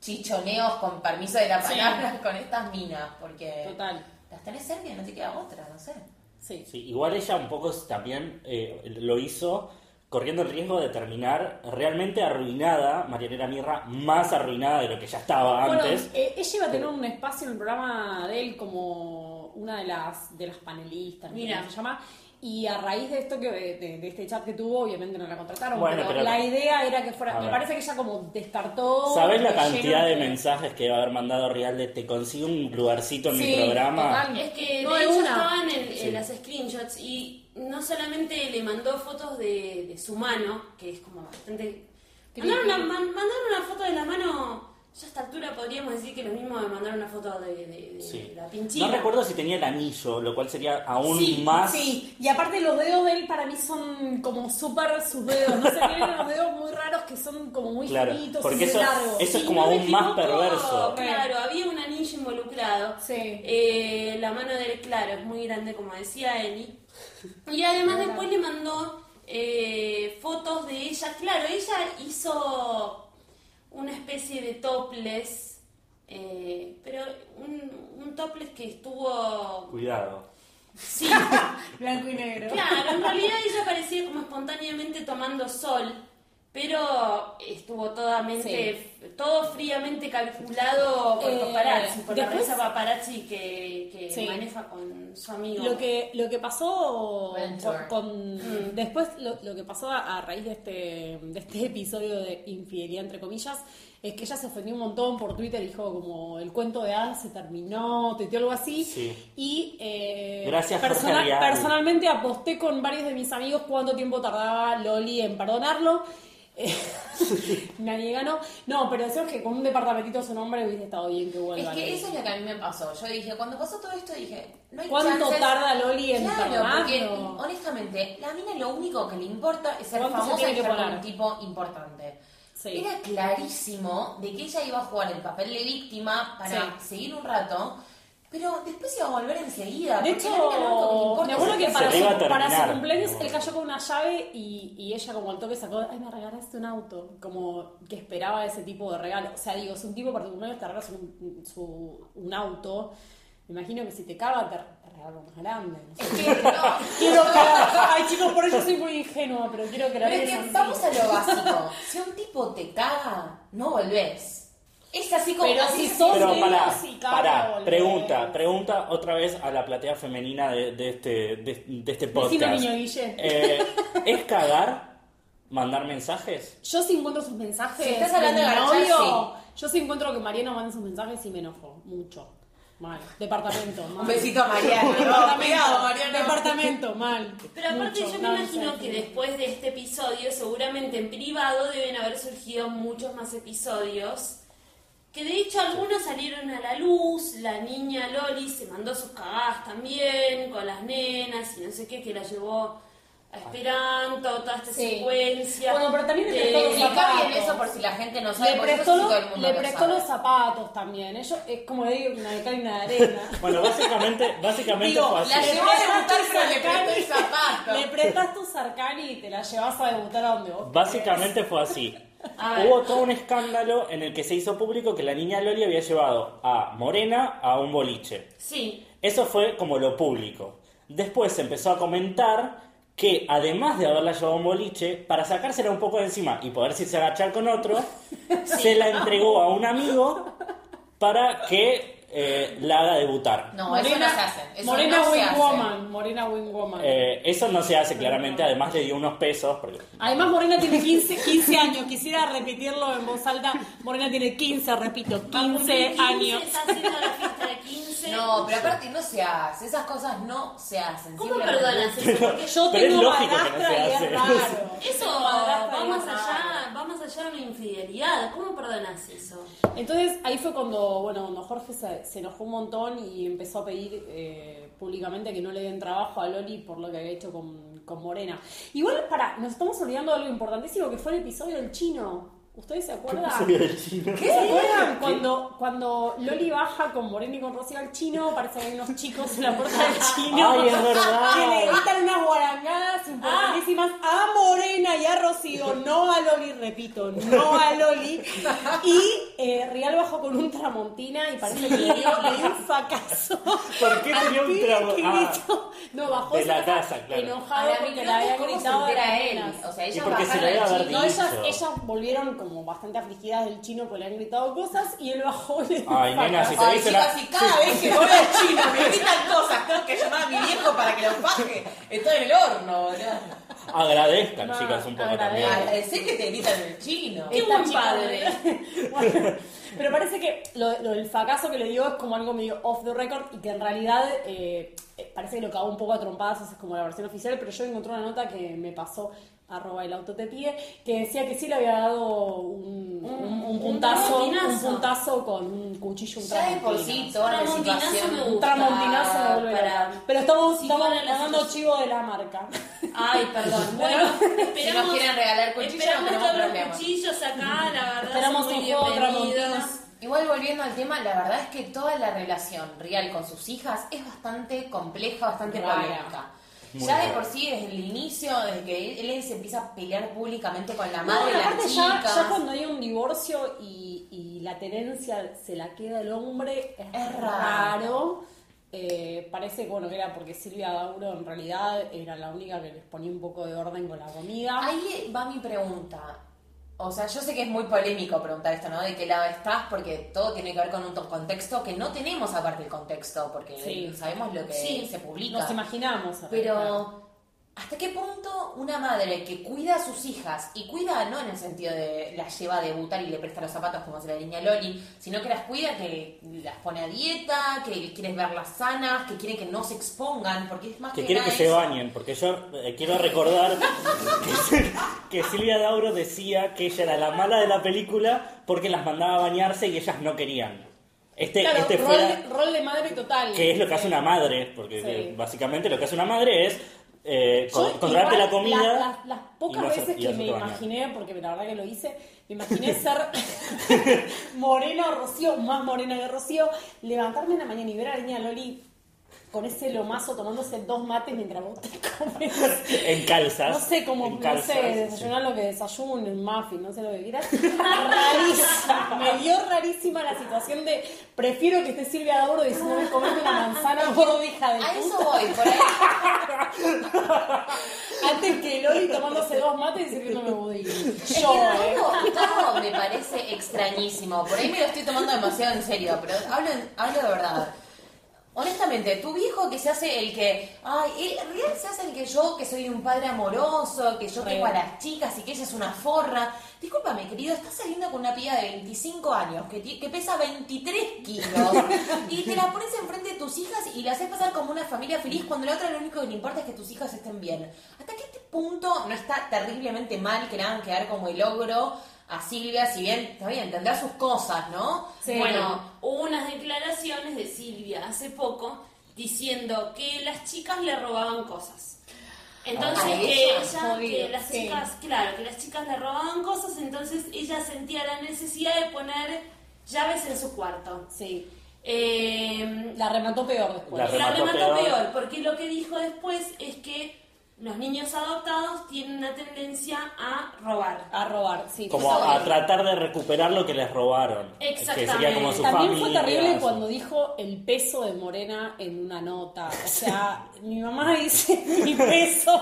Speaker 4: chichoneos con permiso de la
Speaker 3: Sí.
Speaker 4: palabra [LAUGHS] con estas minas, porque
Speaker 3: Total,
Speaker 4: las tenés cerca y no te queda otra, no sé.
Speaker 3: Eh, sí.
Speaker 5: Sí, igual ella un poco también eh, lo hizo corriendo el riesgo de terminar realmente arruinada, Marianera Mirra, más arruinada de lo que ya estaba antes.
Speaker 3: Bueno, eh, ella iba a tener un espacio en el programa de él como una de las, de las panelistas, no sé
Speaker 2: Mira.
Speaker 3: cómo se llama. Y a raíz de esto que de, de este chat que tuvo, obviamente no la contrataron,
Speaker 5: Bueno,
Speaker 3: pero,
Speaker 5: pero-
Speaker 3: la idea era que fuera.
Speaker 5: A
Speaker 3: Me
Speaker 5: ver.
Speaker 3: parece que ella como descartó.
Speaker 5: ¿Sabes la
Speaker 3: de oh, lleno
Speaker 5: cantidad de
Speaker 3: que-
Speaker 5: mensajes que va a haber mandado Real de te consigo un lugarcito en mi
Speaker 3: Sí,
Speaker 5: programa?
Speaker 3: total.
Speaker 2: Es que
Speaker 3: No,
Speaker 2: de
Speaker 3: de
Speaker 2: hecho
Speaker 3: una.
Speaker 2: estaban en, en
Speaker 5: Sí.
Speaker 2: las screenshots y no solamente le mandó fotos de, de su mano, que es como bastante.
Speaker 3: Creepy.
Speaker 2: Mandaron una, man- mandaron una foto de la mano. Ya a esta altura podríamos decir que lo mismo de mandar una foto de, de- de
Speaker 5: Sí.
Speaker 2: la
Speaker 5: No
Speaker 2: pinchita.
Speaker 5: recuerdo si tenía el anillo, lo cual sería aún
Speaker 2: Sí,
Speaker 5: más...
Speaker 3: Sí, y aparte los dedos de él para mí son como súper sus dedos. No sé, [LAUGHS] tienen unos dedos muy raros que son como muy
Speaker 5: Claro,
Speaker 3: finitos
Speaker 5: porque
Speaker 3: y muy
Speaker 5: eso-
Speaker 3: largos.
Speaker 5: eso- es
Speaker 2: Si
Speaker 5: como
Speaker 2: no me
Speaker 5: aún más
Speaker 2: equivoco,
Speaker 5: perverso.
Speaker 2: Claro, había un anillo involucrado.
Speaker 3: Sí.
Speaker 2: Eh, la mano de él, claro, es muy grande, como decía Eli. Y además después le mandó eh, fotos de ella. Claro, ella hizo una especie de topless, eh, pero un, un topless que estuvo...
Speaker 5: Cuidado. [LAUGHS]
Speaker 2: Sí,
Speaker 3: Blanco y negro.
Speaker 2: claro, en realidad ella parecía como espontáneamente tomando sol. Pero estuvo todamente, todo fríamente calculado por
Speaker 3: Eh,
Speaker 2: paparazzi, por la
Speaker 3: después-
Speaker 2: prensa paparazzi que, que
Speaker 3: Sí.
Speaker 2: maneja con su amigo.
Speaker 3: Lo que, lo que pasó
Speaker 4: Mentor.
Speaker 3: con, con- después lo, lo que pasó a, a raíz de este, de este episodio de infidelidad entre comillas es que ella se ofendió un montón por Twitter dijo como el cuento de hadas se terminó tuiteó algo así
Speaker 5: Sí.
Speaker 3: y eh,
Speaker 5: Gracias, Jorge
Speaker 3: persona-
Speaker 5: Rial.
Speaker 3: personalmente aposté con varios de mis amigos cuánto tiempo tardaba Loli en
Speaker 5: [LAUGHS]
Speaker 3: perdonarlo [LAUGHS] Eh, nadie ganó no pero decimos que con un departamentito a su nombre hubiese estado bien que
Speaker 4: Es
Speaker 3: vuelva
Speaker 4: que
Speaker 3: ¿no?
Speaker 4: eso es lo que a mí me pasó. Yo dije, cuando pasó todo esto, dije, no hay
Speaker 3: ¿Cuánto
Speaker 4: chances.
Speaker 3: tarda Loli en
Speaker 4: Claro, porque
Speaker 3: perdonarlo?
Speaker 4: honestamente, la mina lo único que le importa es ser
Speaker 3: ¿Cuánto se
Speaker 4: famosa
Speaker 3: tiene
Speaker 4: y
Speaker 3: que
Speaker 4: ser con
Speaker 3: poner?
Speaker 4: un tipo importante.
Speaker 3: Sí.
Speaker 4: Era clarísimo de que ella iba a jugar el papel de víctima para seguir un rato, pero después iba a volver enseguida.
Speaker 3: De
Speaker 4: porque la mina lo único le
Speaker 3: hecho,
Speaker 4: importa
Speaker 3: me
Speaker 4: es
Speaker 3: acuerdo que
Speaker 4: hacer-
Speaker 3: para
Speaker 5: Se iba
Speaker 3: su,
Speaker 5: a
Speaker 3: para su
Speaker 5: terminar.
Speaker 3: cumpleaños
Speaker 5: No.
Speaker 3: él cayó con una llave y, y ella como al toque sacó, ay, me regalaste un auto, como que esperaba ese tipo de regalo. O sea, digo, si un tipo para tu cumpleaños te regalas un, su- un auto, me imagino que si te caga te, te regalo más grande. no sé.
Speaker 4: Es que no,
Speaker 3: [LAUGHS] Quiero creer- ay chicos, por eso soy muy ingenua, pero quiero creer
Speaker 4: Pero es
Speaker 3: que
Speaker 4: que
Speaker 3: es
Speaker 4: vamos
Speaker 3: así.
Speaker 4: a lo básico. Si un tipo te caga, no volvés. Es así como.
Speaker 3: Pero si
Speaker 4: así se
Speaker 3: sos-
Speaker 5: Pero
Speaker 3: Sí,
Speaker 5: para,
Speaker 3: sí, cara,
Speaker 5: para,
Speaker 3: boludo.
Speaker 5: pregunta, pregunta otra vez a la platea femenina de, de este, de, de este
Speaker 3: Decime,
Speaker 5: podcast.
Speaker 3: niño Guille.
Speaker 5: Eh, ¿Es cagar mandar mensajes?
Speaker 3: Yo sí encuentro sus mensajes.
Speaker 4: Si estás hablando
Speaker 3: mi
Speaker 4: de garchar,
Speaker 3: novio, Yo sí encuentro que Mariano manda sus mensajes y me enojo. Mucho. Mal. Departamento. Mal.
Speaker 4: Un besito
Speaker 3: [LAUGHS]
Speaker 4: a Mariana. ¿no?
Speaker 3: Departamento,
Speaker 4: Cuidado, Mariana.
Speaker 3: Departamento, mal.
Speaker 2: Pero aparte
Speaker 3: Mucho,
Speaker 2: yo me
Speaker 3: nada,
Speaker 2: imagino
Speaker 3: no sé.
Speaker 2: que después de este episodio, seguramente en privado deben haber surgido muchos más episodios. Que de hecho algunos salieron a la luz, la niña Loli se mandó sus cagadas también, con las nenas y no sé qué, que la llevó Esperanto, toda esta
Speaker 3: Sí.
Speaker 2: secuencia.
Speaker 3: Bueno, pero también
Speaker 2: de-
Speaker 3: prestó los
Speaker 4: Explica
Speaker 3: zapatos.
Speaker 4: bien eso por si la gente no sabe,
Speaker 3: Le
Speaker 4: porque
Speaker 3: prestó,
Speaker 4: eso sí todo el
Speaker 3: los,
Speaker 4: mundo
Speaker 3: le
Speaker 4: lo
Speaker 3: prestó
Speaker 4: sabe.
Speaker 3: los zapatos también. Ellos, es como digo, una de cal y una de arena.
Speaker 4: [LAUGHS]
Speaker 3: [LAUGHS]
Speaker 5: Bueno, básicamente, básicamente
Speaker 4: Digo,
Speaker 5: fue
Speaker 4: la
Speaker 5: así.
Speaker 4: llevó a debutar,
Speaker 3: Le
Speaker 4: pero le
Speaker 3: prestó
Speaker 4: prestó el zapato.
Speaker 3: Le prestas tu sarcani y te la llevas a debutar a donde vos.
Speaker 5: Básicamente fue así.
Speaker 2: A ver.
Speaker 5: Hubo todo un escándalo en el que se hizo público que la niña Loli había llevado a Morena a un boliche.
Speaker 2: Sí,
Speaker 5: Eso fue como lo público. Después se empezó a comentar que además de haberla llevado a un boliche, para sacársela un poco de encima y poder si se agachar con
Speaker 3: [LAUGHS]
Speaker 5: otro, se la entregó a un amigo para que eh, la haga debutar.
Speaker 4: No,
Speaker 3: Morena,
Speaker 4: eso no se hace. Eso
Speaker 3: Morena
Speaker 4: no se
Speaker 3: Wing
Speaker 4: hace.
Speaker 3: Woman. Morena Wing Woman.
Speaker 5: Eh, eso no se hace claramente, además le dio unos pesos. Porque...
Speaker 3: Además, Morena tiene 15, 15 años. Quisiera repetirlo en voz alta. Morena tiene 15, repito,
Speaker 2: va a cumplir
Speaker 4: Ah,
Speaker 3: 15 años.
Speaker 2: Está haciendo la fiesta de 15.
Speaker 4: No, pero aparte no se hace. Esas cosas no se hacen.
Speaker 2: ¿Cómo
Speaker 4: Siempre-
Speaker 2: perdonas eso? Porque
Speaker 3: Yo
Speaker 5: Pero es
Speaker 3: tengo
Speaker 5: lógico que no
Speaker 3: madrastra
Speaker 5: se
Speaker 3: y
Speaker 5: hace.
Speaker 3: es raro.
Speaker 2: Eso
Speaker 3: Tengo
Speaker 2: va
Speaker 3: madrastra y
Speaker 2: más
Speaker 3: es raro.
Speaker 2: allá, va más allá de una infidelidad. ¿Cómo perdonas eso?
Speaker 3: Entonces ahí fue cuando, bueno, cuando Jorge se, se enojó un montón y empezó a pedir eh, públicamente que no le den trabajo a Loli por lo que había hecho con, con Morena. Igual, para, nos estamos olvidando de algo importantísimo que fue el episodio del chino. ¿Ustedes se acuerdan?
Speaker 5: [LAUGHS]
Speaker 3: ¿Qué se acuerdan? Cuando, cuando Loli baja con Morena y con Rocío al chino, aparecen ahí unos chicos en la puerta
Speaker 5: [LAUGHS]
Speaker 3: del chino.
Speaker 5: Ay, es verdad. Ah.
Speaker 3: Que le gritan unas guarangadas importantísimas a Morena y a Rocío, no a Loli, repito, no a
Speaker 5: [LAUGHS]
Speaker 3: Loli. Y eh, Real bajó con un Tramontina y parece que le dio, le dio un fracaso.
Speaker 5: ¿Por qué tenía un tramo? Ah,
Speaker 3: no, bajó
Speaker 5: de
Speaker 3: esa
Speaker 5: la casa, claro.
Speaker 3: enojado
Speaker 4: Ahora, mi
Speaker 3: porque le
Speaker 4: pregunta es
Speaker 3: había
Speaker 4: cómo se
Speaker 3: gritado. a
Speaker 4: entera
Speaker 3: las
Speaker 4: él.
Speaker 3: nenas.
Speaker 4: O sea,
Speaker 5: Y
Speaker 4: ellas
Speaker 5: porque se
Speaker 4: bajaron
Speaker 5: le debe
Speaker 4: al
Speaker 5: haber
Speaker 4: chico.
Speaker 3: No, ellas,
Speaker 5: Dicho.
Speaker 3: ellas volvieron como bastante afligidas del chino porque le han gritado cosas y él bajó y le dio un
Speaker 5: Ay, nena,
Speaker 3: fracaso.
Speaker 5: si te
Speaker 4: Ay,
Speaker 5: dice
Speaker 4: chicas,
Speaker 5: la-
Speaker 4: si cada vez que voy al chino me gritan cosas, tengo que llamar a mi viejo para que los baje. Estoy en el horno, boludo.
Speaker 5: Agradezcan,
Speaker 3: No,
Speaker 5: chicas, un poco
Speaker 3: agradezcan.
Speaker 5: también.
Speaker 4: Agradecer que te gritan el chino.
Speaker 2: Qué
Speaker 3: Esta
Speaker 2: buen
Speaker 3: chica
Speaker 2: padre.
Speaker 3: de- ¿eh? [LAUGHS] Bueno, pero parece que lo, lo del fracaso que le dio es como algo medio off the record y que en realidad eh, eh, parece que lo cagó un poco a trompadas, esa es como la versión oficial, pero yo encontré una nota que me pasó arroba el auto te pide, que decía que sí le había dado un, un- un
Speaker 2: un
Speaker 3: puntazo, un
Speaker 2: tramontinazo.
Speaker 3: puntazo con un cuchillo, un
Speaker 4: Ya de por sí,
Speaker 3: tramontina.
Speaker 4: toda la
Speaker 2: Tramontinazo
Speaker 4: situación.
Speaker 2: me
Speaker 3: Un
Speaker 2: gusta.
Speaker 3: tramontinazo
Speaker 4: Ah,
Speaker 3: me vuelve
Speaker 2: Para-
Speaker 3: loca. Pero estamos,
Speaker 2: Si
Speaker 3: estamos
Speaker 2: igual a las
Speaker 3: dando
Speaker 2: otras-
Speaker 3: chivo de la marca.
Speaker 2: Ay,
Speaker 4: [LAUGHS]
Speaker 2: perdón. Bueno,
Speaker 4: Si nos quieren regalar cuchillos,
Speaker 2: esperamos
Speaker 4: no tenemos
Speaker 2: todos los
Speaker 4: problema.
Speaker 2: cuchillos acá, la verdad.
Speaker 3: Esperamos
Speaker 2: son muy
Speaker 3: un juego de
Speaker 2: bienvenidos.
Speaker 3: tramontinas.
Speaker 4: Igual volviendo al tema, la verdad es que toda la relación real con sus hijas es bastante compleja, bastante
Speaker 3: Rara.
Speaker 4: polémica.
Speaker 5: Muy
Speaker 4: ya de
Speaker 5: rara.
Speaker 4: por sí, desde el inicio, desde que él, él se empieza a pelear públicamente con
Speaker 3: No,
Speaker 4: la madre
Speaker 3: y
Speaker 4: de
Speaker 3: [LAUGHS]
Speaker 4: las
Speaker 3: aparte ya,
Speaker 4: chicas.
Speaker 3: ya cuando hay un divorcio y, y la tenencia se la queda el hombre, es,
Speaker 4: Es raro.
Speaker 3: raro. Eh, parece bueno, que era porque Silvia Dauro en realidad era la única que les ponía un poco de orden con la comida.
Speaker 4: Ahí va mi pregunta. O sea, yo sé que es muy polémico preguntar esto, ¿no? De qué lado estás, porque todo tiene que ver con un to- contexto que no tenemos aparte del contexto, porque
Speaker 3: Sí.
Speaker 4: sabemos lo que
Speaker 2: Sí.
Speaker 4: se publica.
Speaker 3: Nos imaginamos. en realidad.
Speaker 4: Pero, ¿hasta qué punto una madre que cuida a sus hijas, y cuida no en el sentido de las lleva a debutar y le presta los zapatos como hace la niña Loli, sino que las cuida, que las pone a dieta, que quiere verlas sanas, que quiere que no se expongan, porque es más
Speaker 5: Que
Speaker 4: que,
Speaker 5: quiere
Speaker 4: nada
Speaker 5: que se
Speaker 4: eso.
Speaker 5: bañen, porque yo eh, quiero recordar que, que Silvia Dauro decía que ella era la mala de la película porque las mandaba a bañarse y ellas no querían. Este,
Speaker 3: Claro,
Speaker 5: este
Speaker 3: rol,
Speaker 5: fuera,
Speaker 3: de- rol de madre total.
Speaker 5: que es lo que hace
Speaker 3: Sí.
Speaker 5: una madre, porque
Speaker 3: Sí.
Speaker 5: eh, básicamente lo que hace una madre es eh,
Speaker 3: Yo
Speaker 5: con- controlarte
Speaker 3: igual,
Speaker 5: la comida.
Speaker 3: la- las- las pocas
Speaker 5: y no hacer-
Speaker 3: veces
Speaker 5: y
Speaker 3: que
Speaker 5: hacerte
Speaker 3: me
Speaker 5: bañar.
Speaker 3: imaginé, porque la verdad que lo hice, me imaginé ser [LAUGHS] morena o rocío, más morena que rocío, levantarme en la mañana y ver a la niña Loli con ese lomazo tomándose dos mates mientras vos te comes.
Speaker 5: En calzas.
Speaker 3: No sé cómo,
Speaker 5: en
Speaker 3: no
Speaker 5: calzas,
Speaker 3: sé, desayunar lo que desayuno, un muffin, no sé lo que quieras. Rarísima, me dio rarísima la situación de prefiero que esté Silvia Dauro diciéndome comerme una manzana por hija de
Speaker 4: A eso
Speaker 3: puta.
Speaker 4: voy,
Speaker 5: [LAUGHS]
Speaker 4: por ahí.
Speaker 3: Antes que Loli tomándose dos mates y sirviéndome budín.
Speaker 4: Es que
Speaker 3: Yo, eh.
Speaker 4: todo, todo me parece extrañísimo. Por ahí me lo estoy tomando demasiado en serio, pero hablo, en- hablo de verdad. Honestamente, tu viejo que se hace el que. Ay, el real se hace el que yo, que soy un padre amoroso, que yo
Speaker 3: Re.
Speaker 4: tengo a las chicas y que ella es una forra. Discúlpame, querido, estás saliendo con una piba de 25 años que, ti- que pesa 23
Speaker 3: [LAUGHS]
Speaker 4: kilos y te la pones enfrente de tus hijas y la haces pasar como una familia feliz cuando la otra lo único que le importa es que tus hijas estén bien. ¿Hasta qué punto no está terriblemente mal que le hagan quedar como el ogro a Silvia? Si bien, está bien, tendrá sus cosas, ¿no?
Speaker 3: Sí.
Speaker 4: Bueno,
Speaker 2: Bueno, hubo unas declaraciones de Silvia hace poco diciendo que las chicas le robaban cosas. Entonces
Speaker 3: Ah,
Speaker 2: que
Speaker 3: ella,
Speaker 2: ella,
Speaker 3: jodido,
Speaker 2: que las
Speaker 3: sí.
Speaker 2: chicas, claro, que las chicas le robaban cosas, entonces ella sentía la necesidad de poner llaves en su cuarto.
Speaker 3: Sí.
Speaker 2: Eh,
Speaker 3: La remató peor después.
Speaker 5: La
Speaker 2: la,
Speaker 5: remató
Speaker 2: remató
Speaker 5: peor.
Speaker 2: peor. porque lo que dijo después es que los niños adoptados tienen una tendencia a robar.
Speaker 3: A robar, sí.
Speaker 5: Como
Speaker 3: fue
Speaker 5: a, a
Speaker 3: terrible.
Speaker 5: tratar de recuperar lo que les robaron. eh,
Speaker 2: Exactamente.
Speaker 5: Que sería como su
Speaker 3: También fue
Speaker 5: familia,
Speaker 3: terrible
Speaker 5: su-
Speaker 3: cuando dijo el peso de Morena en una nota. O sea, mi mamá dice [LAUGHS] mi peso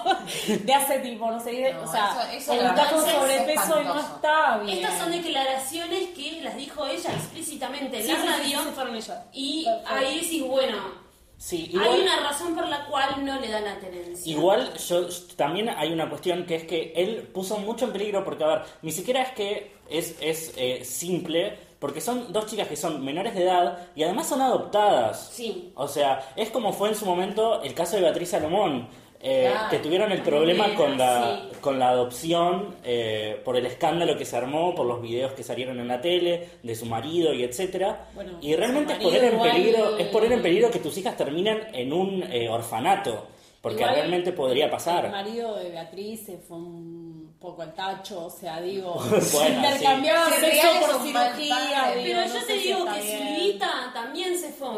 Speaker 3: de hace tipo, no sé,
Speaker 4: No,
Speaker 3: o sea,
Speaker 4: eso- eso
Speaker 3: el
Speaker 4: la
Speaker 3: está con
Speaker 2: verdad es
Speaker 3: sobrepeso y no
Speaker 4: espantoso.
Speaker 3: está bien.
Speaker 2: Estas son declaraciones que las dijo ella explícitamente en
Speaker 3: Sí,
Speaker 2: la
Speaker 3: sí, sí,
Speaker 2: radio
Speaker 3: sí, fueron ellas.
Speaker 2: y
Speaker 3: Perfecto.
Speaker 2: ahí decís, bueno,
Speaker 5: Sí,
Speaker 2: hay
Speaker 5: igual-
Speaker 2: una razón por la cual no le dan la tenencia.
Speaker 5: Igual yo también hay una cuestión que es que él puso mucho en peligro porque, a ver, ni siquiera es que es, es eh, simple, porque son dos chicas que son menores de edad y además son adoptadas.
Speaker 2: Sí.
Speaker 5: O sea, es como fue en su momento el caso de Beatriz Salomón, eh,
Speaker 4: Claro,
Speaker 5: que tuvieron el problema
Speaker 2: nena,
Speaker 5: con, la,
Speaker 2: sí.
Speaker 5: con la adopción eh, por el escándalo que se armó, por los videos que salieron en la tele, de su marido y etcétera.
Speaker 3: Bueno,
Speaker 5: y realmente es
Speaker 3: su marido
Speaker 5: poner, en
Speaker 3: igual-
Speaker 5: peligro, es poner en peligro que tus hijas terminan en un eh, orfanato. Porque
Speaker 3: Igual-
Speaker 5: realmente podría
Speaker 3: El
Speaker 5: pasar.
Speaker 3: marido de Beatriz se fue un poco al tacho, o sea, digo,
Speaker 5: sí.
Speaker 3: intercambiaba
Speaker 4: Si
Speaker 3: sexo
Speaker 4: real es
Speaker 3: por
Speaker 4: un mal
Speaker 3: cirugía.
Speaker 4: padre.
Speaker 3: digo,
Speaker 2: Pero
Speaker 3: no
Speaker 2: yo
Speaker 3: sé
Speaker 2: te
Speaker 3: si
Speaker 2: digo
Speaker 3: está
Speaker 2: que
Speaker 3: bien.
Speaker 2: Silvita también se fue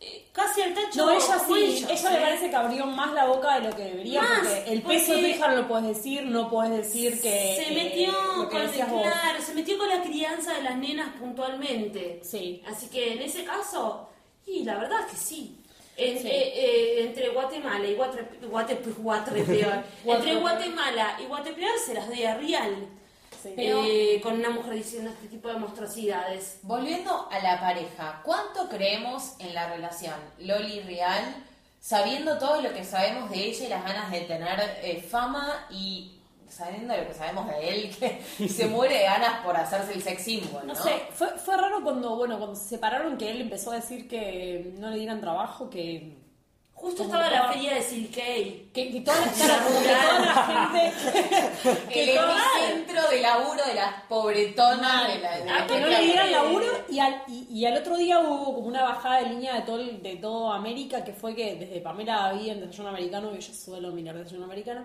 Speaker 2: eh, casi al tacho.
Speaker 3: No, ella
Speaker 2: fue
Speaker 3: sí, ella me
Speaker 2: ¿eh?
Speaker 3: parece que abrió más la boca de lo que debería,
Speaker 2: Más,
Speaker 3: porque el peso
Speaker 2: porque-
Speaker 3: de tu hija no lo puedes decir, no puedes decir que...
Speaker 2: se
Speaker 3: eh,
Speaker 2: metió
Speaker 3: lo que
Speaker 2: con
Speaker 3: decías vos.
Speaker 2: claro, se metió con la crianza de las nenas puntualmente.
Speaker 3: Sí.
Speaker 2: Así que en ese caso, y la verdad es que sí. En-
Speaker 3: Sí.
Speaker 2: eh, eh, entre Guatemala y Guatre- Guate-
Speaker 3: [LAUGHS]
Speaker 2: Guatrepeor. entre Guatemala y Guatepeor se las doy a Real.
Speaker 3: Sí.
Speaker 4: Pero-
Speaker 2: Eh, con una mujer diciendo este tipo de monstruosidades.
Speaker 4: Volviendo a la pareja, ¿cuánto creemos en la relación Loli Real, sabiendo todo lo que sabemos de ella y las ganas de tener eh, fama y sabiendo lo que sabemos de él, [LAUGHS] que se muere de ganas por hacerse el sex symbol, ¿no?
Speaker 3: No sé, fue, fue raro cuando, bueno, cuando se separaron que él empezó a decir que no le dieran trabajo, que...
Speaker 2: Justo
Speaker 3: Como
Speaker 2: estaba la
Speaker 3: estaba-
Speaker 2: feria de Silkei.
Speaker 3: Que,
Speaker 2: [LAUGHS]
Speaker 3: que toda la, claro, como que toda la gente...
Speaker 4: El
Speaker 3: que, toda-
Speaker 4: epicentro de laburo de las pobretonas de la, de la
Speaker 3: Ah, que no le dieran laburo y al, y, y al otro día hubo como una bajada de línea de todo, el- de todo América, que fue que desde Pamela había en Desayuno Americano, que yo suelo mirar Desayuno Americano,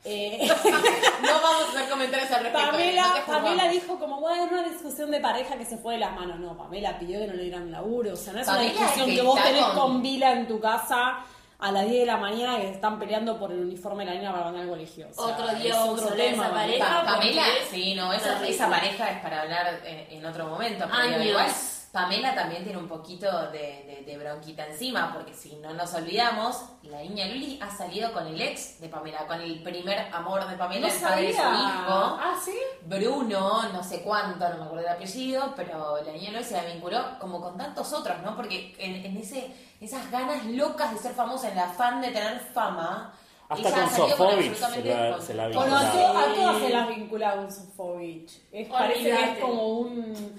Speaker 4: [LAUGHS]
Speaker 3: eh,
Speaker 4: [LAUGHS] No vamos a hacer comentarios al respecto. no te
Speaker 3: Pamela,
Speaker 4: juzgamos.
Speaker 3: Pamela dijo como, bueno, una discusión de pareja que se fue de las manos. No, Pamela pidió que no le dieran laburo. O sea, no es
Speaker 4: Pamela
Speaker 3: una discusión
Speaker 4: es
Speaker 3: que,
Speaker 4: que
Speaker 3: vos
Speaker 4: está
Speaker 3: tenés
Speaker 4: con-
Speaker 3: con Vila en tu casa a las 10 de la mañana y están peleando por el uniforme de la niña para mandar al colegio. O sea,
Speaker 2: Otro día
Speaker 3: es
Speaker 2: vamos a hablar de esa
Speaker 3: Pamela.
Speaker 2: pareja.
Speaker 4: Pa- Pamela,
Speaker 2: Ah, porque es
Speaker 4: sí, no, esa,
Speaker 2: terrible.
Speaker 4: esa pareja es para hablar en, en otro momento. pero
Speaker 2: Años.
Speaker 4: igual, Pamela también tiene un poquito de, de- de bronquita encima, porque si no nos olvidamos, la niña Luli ha salido con el ex de Pamela, con el primer amor de Pamela,
Speaker 3: No
Speaker 4: el padre de su
Speaker 3: sabía.
Speaker 4: hijo.
Speaker 3: Ah, ¿sí?
Speaker 4: Bruno, no sé cuánto, no me acuerdo el apellido, pero la niña Loli se la vinculó como con tantos otros, ¿no? Porque en, en ese, esas ganas locas de ser famosa, en el afán de tener fama,
Speaker 5: Hasta
Speaker 4: ella
Speaker 5: con
Speaker 4: ha salido con
Speaker 5: Sofovich se
Speaker 4: absolutamente
Speaker 5: la,
Speaker 4: con-
Speaker 5: se la
Speaker 4: con
Speaker 3: Bueno, a,
Speaker 5: vinculaba.
Speaker 3: to- a todas se las vincula un Sofovich. Es, parece que es
Speaker 2: Olvídate.
Speaker 3: como un...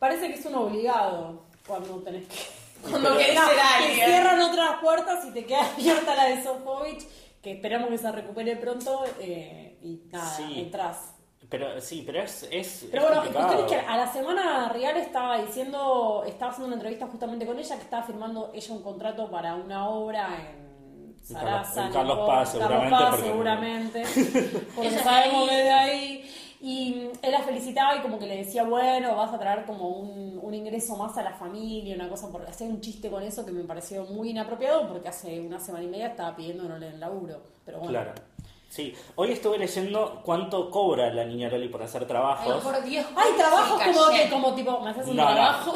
Speaker 3: Parece que es un obligado cuando tenés que...
Speaker 4: [LAUGHS] Cuando querés
Speaker 3: No,
Speaker 4: ser
Speaker 3: te
Speaker 4: alguien.
Speaker 3: cierran otras puertas y te queda [LAUGHS] abierta la de Sofovich, que esperamos que se recupere pronto eh, y nada,
Speaker 5: Sí.
Speaker 3: entras.
Speaker 5: Pero sí, pero es. es
Speaker 3: Pero
Speaker 5: es
Speaker 3: bueno,
Speaker 5: complicado.
Speaker 3: cuestión es que a la semana Real estaba diciendo, estaba haciendo una entrevista justamente con ella, que estaba firmando ella un contrato para una obra en
Speaker 5: En Carlos-
Speaker 3: Sarasa.
Speaker 5: en Carlos
Speaker 3: Nicobar,
Speaker 5: Paz,
Speaker 3: Carlos
Speaker 5: seguramente,
Speaker 3: Paz,
Speaker 5: porque-
Speaker 3: seguramente,
Speaker 5: [LAUGHS]
Speaker 3: porque
Speaker 2: Ella es
Speaker 3: sabemos
Speaker 2: ahí.
Speaker 3: desde ahí. Y él la felicitaba y como que le decía, bueno, vas a traer como un, un ingreso más a la familia, una cosa, porque hacía un chiste con eso que me pareció muy inapropiado porque hace una semana y media estaba pidiendo que no le den laburo. Pero bueno,
Speaker 5: Claro. Sí. Hoy estuve leyendo cuánto cobra la niña Loli por hacer
Speaker 4: Ay,
Speaker 5: trabajos.
Speaker 4: por Dios.
Speaker 3: Hay trabajos
Speaker 4: Sí,
Speaker 3: como que,
Speaker 4: caché.
Speaker 3: como tipo, me haces un
Speaker 5: No, no. [LAUGHS]
Speaker 3: trabajo,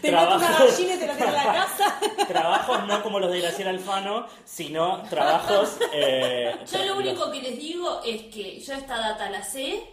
Speaker 3: te mato una
Speaker 5: Trabajos.
Speaker 3: gallina y te la tiro a la casa.
Speaker 5: trabajos no como los de Graciela Alfano, sino trabajos. eh,
Speaker 2: [LAUGHS] Yo
Speaker 5: tra-
Speaker 2: lo único que les digo es que yo esta data la sé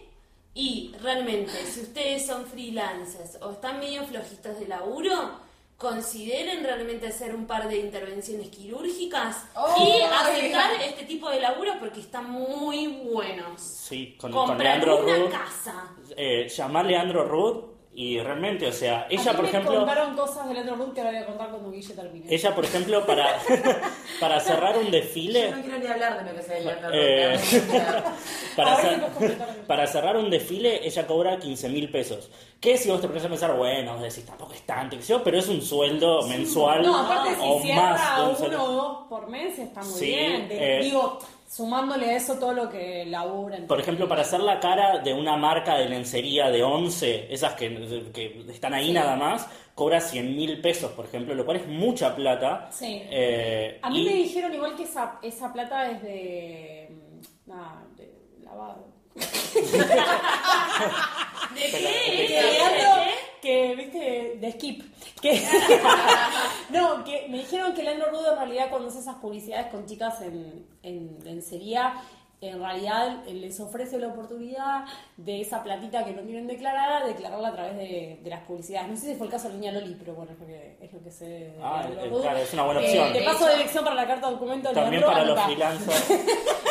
Speaker 2: y realmente si ustedes son freelancers o están medio flojitos de laburo, consideren realmente hacer un par de intervenciones quirúrgicas
Speaker 4: Oh,
Speaker 2: y
Speaker 4: ay.
Speaker 2: aceptar este tipo de laburos porque están muy buenos.
Speaker 5: Sí, con, con
Speaker 2: Comprar
Speaker 5: Leandro
Speaker 2: una
Speaker 5: Ruth.
Speaker 2: casa.
Speaker 5: Eh, llamá a Leandro Ruth y realmente, o sea,
Speaker 3: A
Speaker 5: [LAUGHS] ella
Speaker 3: mí
Speaker 5: por
Speaker 3: me
Speaker 5: ejemplo.
Speaker 3: contaron cosas del otro mundo que ahora voy a contar cuando Guille termine.
Speaker 5: Ella, por ejemplo, para, [LAUGHS] para cerrar un
Speaker 4: Yo no
Speaker 5: desfile,
Speaker 4: quiero ni hablar de lo que se le
Speaker 5: Eh. para, [LAUGHS]
Speaker 3: Ahora
Speaker 5: cer-
Speaker 3: sí puedes completar.
Speaker 5: para cerrar un desfile, ella cobra 15 mil pesos. Que si vos te pones a pensar, bueno, vos decís, tampoco es tanto, qué sé yo, pero es un sueldo mensual
Speaker 3: No, aparte
Speaker 5: o
Speaker 3: si
Speaker 5: más de
Speaker 3: cierra
Speaker 5: un
Speaker 3: uno o
Speaker 5: sueldo.
Speaker 3: dos por mes está muy
Speaker 5: Sí,
Speaker 3: bien. Te-
Speaker 5: eh,
Speaker 3: Digo, sumándole a eso todo lo que laburan.
Speaker 5: Por ejemplo, para hacer la cara de una marca de lencería de 11, esas que, que están ahí nada más, cobra 100 mil pesos, por ejemplo, lo cual es mucha plata.
Speaker 3: Sí.
Speaker 5: Eh,
Speaker 3: A mí
Speaker 5: y-
Speaker 3: me dijeron igual que esa, esa plata es de. mm, Nada, de lavado.
Speaker 2: ¿De qué?
Speaker 3: Que Leandro, que, viste, de skip. Que, [LAUGHS] no, que me dijeron que Leandro Rudo en realidad cuando hace esas publicidades con chicas en, en lencería, en realidad les ofrece la oportunidad de esa platita que no tienen declarada, declararla a través de, de las publicidades. No sé si fue el caso de Niña Loli, pero bueno, es lo que, es lo que sé de
Speaker 5: Ah,
Speaker 3: Leandro
Speaker 5: eh,
Speaker 3: Rudo.
Speaker 5: claro, es una buena
Speaker 3: Eh,
Speaker 5: opción.
Speaker 3: le paso de elección para la carta de documento de
Speaker 5: También
Speaker 3: Leandro,
Speaker 5: para los
Speaker 3: anota. [LAUGHS]
Speaker 5: freelancers.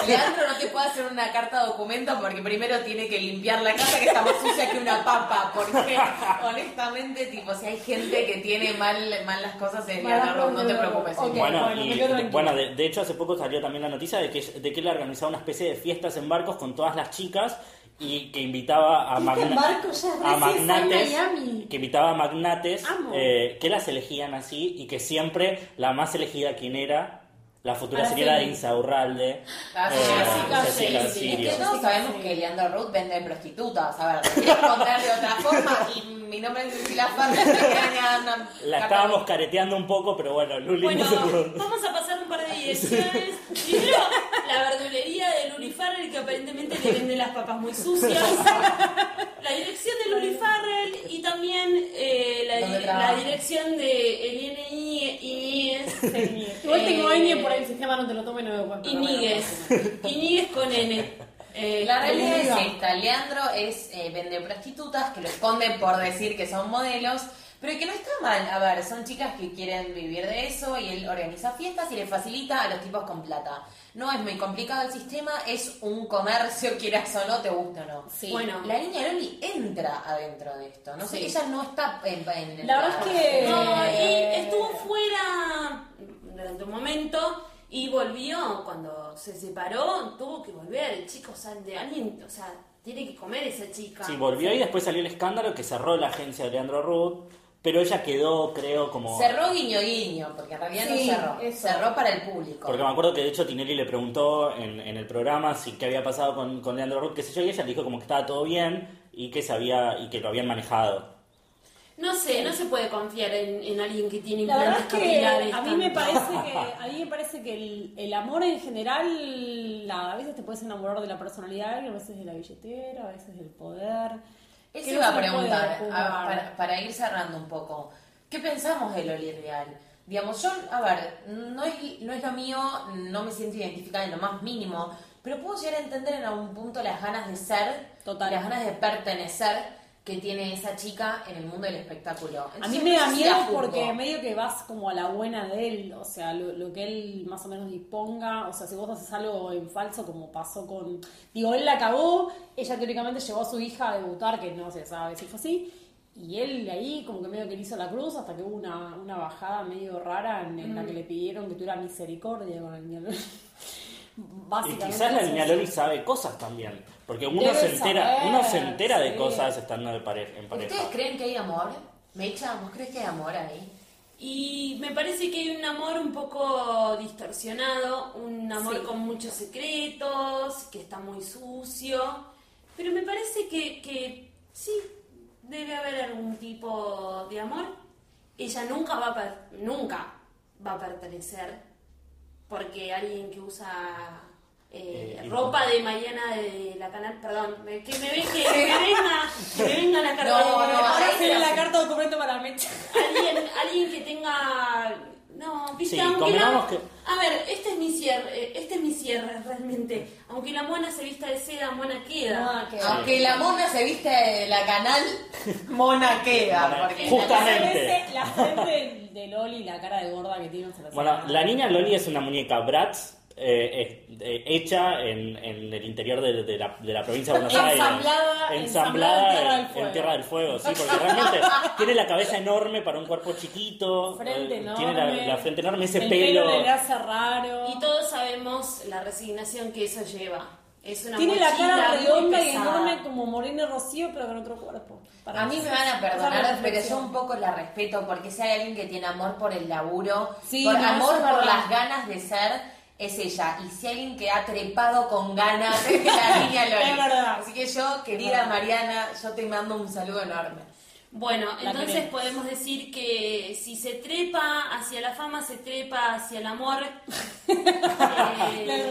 Speaker 4: Leandro no te puede hacer una carta de documento porque primero tiene que limpiar la casa que está más sucia que una papa.
Speaker 5: [LAUGHS]
Speaker 4: Porque honestamente, tipo, si hay gente que tiene mal, mal las cosas en
Speaker 3: Mal las
Speaker 4: Leandro, no
Speaker 3: cosas,
Speaker 4: te
Speaker 3: no,
Speaker 4: preocupes.
Speaker 3: ok.
Speaker 5: bueno,
Speaker 3: bueno,
Speaker 5: y-
Speaker 3: me quedo tranquila.
Speaker 5: bueno, de, de hecho hace poco salió también la noticia de que, de que él organizaba una especie de fiestas en barcos con todas las chicas y que invitaba a,
Speaker 3: Este
Speaker 5: magna-
Speaker 3: barco ya es
Speaker 5: a
Speaker 3: recién está en
Speaker 5: magnates
Speaker 3: Miami.
Speaker 5: que invitaba a magnates
Speaker 3: Amo.
Speaker 5: eh, que las elegían así y que siempre la más elegida quien era la futura
Speaker 3: Araceli.
Speaker 5: señora de Insaurralde
Speaker 4: Ah,
Speaker 5: eh,
Speaker 4: Jessica
Speaker 5: Jessica
Speaker 2: Jessica.
Speaker 5: Sirio.
Speaker 4: Es que todos sabemos que Leandro Ruth vende prostitutas. A ver, te voy a contar de otra forma. Y mi nombre es Lucila Fernández. me van a dar una
Speaker 5: [LAUGHS] la
Speaker 4: carta
Speaker 5: estábamos careteando un poco pero bueno Luli
Speaker 2: Bueno,
Speaker 5: no se pudo
Speaker 2: vamos a pasar un par de direcciones. Primero, la verdulería de Luli Farrell, que aparentemente le vende las papas muy sucias. La dirección de Luli Farrell y también eh, la,
Speaker 4: ¿Dónde
Speaker 2: di-
Speaker 4: trabaja?
Speaker 2: la dirección de Eliene Iñe- Iñez.
Speaker 4: [LAUGHS]
Speaker 3: [LAUGHS] Igual tengo
Speaker 2: Eh,
Speaker 3: N por el sistema, no te lo tomen, no me puedes
Speaker 2: Y Níguez. Y Níguez con N. Eh,
Speaker 4: La realidad
Speaker 3: Diga.
Speaker 4: es esta, Leandro es eh, vende prostitutas que lo esconden por decir que son modelos, pero que no está mal. A ver, son chicas que quieren vivir de eso y él organiza fiestas y le facilita a los tipos con plata. No es muy complicado el sistema, es un comercio, [LAUGHS] quieras o no, te gusta o no.
Speaker 3: Sí.
Speaker 2: Bueno.
Speaker 4: La niña Loli entra adentro de esto. No sé,
Speaker 3: Sí.
Speaker 4: ella no está en, en-
Speaker 3: La verdad es que-
Speaker 2: No, y
Speaker 3: Eh.
Speaker 2: estuvo fuera durante un momento y volvió. Cuando se separó, tuvo que volver. Chicos, o sea, de alguien, o sea, tiene que comer esa chica.
Speaker 5: Sí, volvió y después salió el escándalo que cerró la agencia de Leandro Ruth, pero ella quedó, creo, como...
Speaker 4: Cerró guiño guiño, porque en realidad
Speaker 3: Sí,
Speaker 4: no cerró.
Speaker 3: eso.
Speaker 4: Cerró para el público.
Speaker 5: Porque me acuerdo que de hecho Tinelli le preguntó en, en el programa si qué había pasado con, con Leandro Ruth, qué sé yo, y ella le dijo como que estaba todo bien y que sabía y que lo habían manejado.
Speaker 2: No sé, no se puede confiar en, en alguien que tiene
Speaker 3: La verdad
Speaker 2: implantes
Speaker 3: es que
Speaker 2: capilares.
Speaker 3: a mí me
Speaker 2: tanto.
Speaker 3: parece
Speaker 2: [LAUGHS]
Speaker 3: que, a mí me parece que el, el amor en general, nada, a veces te puedes enamorar de la personalidad, a veces de la billetera, a veces del poder.
Speaker 4: Eso
Speaker 3: Que no
Speaker 4: iba
Speaker 3: se lo
Speaker 4: a
Speaker 3: puede
Speaker 4: preguntar,
Speaker 3: juzgar.
Speaker 4: a- para, para ir cerrando un poco, ¿qué pensamos de Loli Real? Digamos, yo, a ver, no es, no es lo mío, no me siento identificada en lo más mínimo, pero puedo llegar a entender en algún punto las ganas de ser,
Speaker 3: Total.
Speaker 4: las ganas de pertenecer que tiene esa chica en el mundo del espectáculo.
Speaker 3: A
Speaker 4: Entonces,
Speaker 3: mí me
Speaker 4: no
Speaker 3: da
Speaker 4: sé si
Speaker 3: miedo
Speaker 4: la juzgo.
Speaker 3: porque medio que vas como a la buena de él, o sea, lo, lo que él más o menos disponga, o sea, si vos haces algo en falso como pasó con... Digo, él la cagó, ella teóricamente llevó a su hija a debutar, que no se sabe si fue así, y él ahí como que medio que le hizo la cruz hasta que hubo una, una bajada medio rara en, en
Speaker 4: Mm.
Speaker 3: la que le pidieron que tuviera misericordia con el niño.
Speaker 5: Y
Speaker 3: Básicamente.
Speaker 5: quizás la
Speaker 3: eso
Speaker 5: niña
Speaker 3: es-
Speaker 5: Loli sabe cosas también, porque uno
Speaker 3: Debe
Speaker 5: se entera,
Speaker 3: saber,
Speaker 5: uno se entera de
Speaker 3: sí.
Speaker 5: cosas estando de pare- en pareja.
Speaker 4: ¿Ustedes creen que hay amor? Mecha, ¿vos crees que hay amor ahí?
Speaker 2: Y me parece que hay un amor un poco distorsionado, un amor con muchos secretos, que está muy sucio, pero me parece que, que sí, debe haber algún tipo de amor. Ella nunca va a, per- nunca va a pertenecer, porque alguien que usa... eh,
Speaker 5: Eh,
Speaker 2: ropa de Mariana de la canal, perdón, me- que me, ve- que me venga, que me venga la carta
Speaker 4: No,
Speaker 2: de-
Speaker 4: no,
Speaker 3: Ahora
Speaker 4: ahí
Speaker 3: sería
Speaker 4: sí.
Speaker 3: la carta de documento para Mecha.
Speaker 2: alguien, alguien que tenga. No, viste,
Speaker 5: Sí,
Speaker 2: aunque
Speaker 5: convengamos
Speaker 2: la...
Speaker 5: que-
Speaker 2: A ver, este es mi cierre, eh, este es mi cierre realmente. Aunque la mona se vista de seda, mona queda.
Speaker 3: Ah, que-
Speaker 4: Aunque la mona se viste de
Speaker 3: [LAUGHS]
Speaker 4: la canal, mona queda.
Speaker 5: Mona-
Speaker 4: porque-
Speaker 5: Justa-
Speaker 3: Ese- La frente de Loli, la cara de gorda que tiene, no se la
Speaker 5: Bueno,
Speaker 3: saca.
Speaker 5: la niña Loli es una muñeca Bratz eh, eh, eh, hecha en, en el interior de, de la, de la provincia de Buenos Aires.
Speaker 3: Ensamblada- ensamblada en Tierra del
Speaker 5: Ensamblada en,
Speaker 3: Fuego.
Speaker 5: en Tierra del Fuego, sí, porque realmente tiene la cabeza enorme para un cuerpo chiquito.
Speaker 3: Frente
Speaker 5: eh,
Speaker 3: enorme.
Speaker 5: Tiene la, la frente enorme, ese
Speaker 3: el
Speaker 5: pelo.
Speaker 3: le hace raro.
Speaker 2: Y todos sabemos la resignación que eso lleva. Es una
Speaker 3: tiene la
Speaker 2: mochila
Speaker 3: cara
Speaker 2: muy
Speaker 3: redonda y
Speaker 2: pesada.
Speaker 3: enorme como Morena Rocío, pero con otro cuerpo. Para
Speaker 4: A mí me van a perdonar, pero yo un poco la respeto porque si hay alguien que tiene amor por el laburo,
Speaker 3: Sí,
Speaker 4: por
Speaker 3: no, eso
Speaker 4: amor
Speaker 3: es
Speaker 4: por
Speaker 3: verdad.
Speaker 4: las ganas de ser es ella. Y si hay alguien que ha trepado con ganas es
Speaker 3: [LAUGHS]
Speaker 4: la niña Loli.
Speaker 3: Es verdad.
Speaker 4: Así que yo, querida Mariana, yo te mando un saludo enorme.
Speaker 2: Bueno,
Speaker 3: La
Speaker 2: entonces
Speaker 3: queremos.
Speaker 2: podemos decir que si se trepa hacia la fama, se trepa hacia el
Speaker 3: [LAUGHS]
Speaker 2: amor. Eh,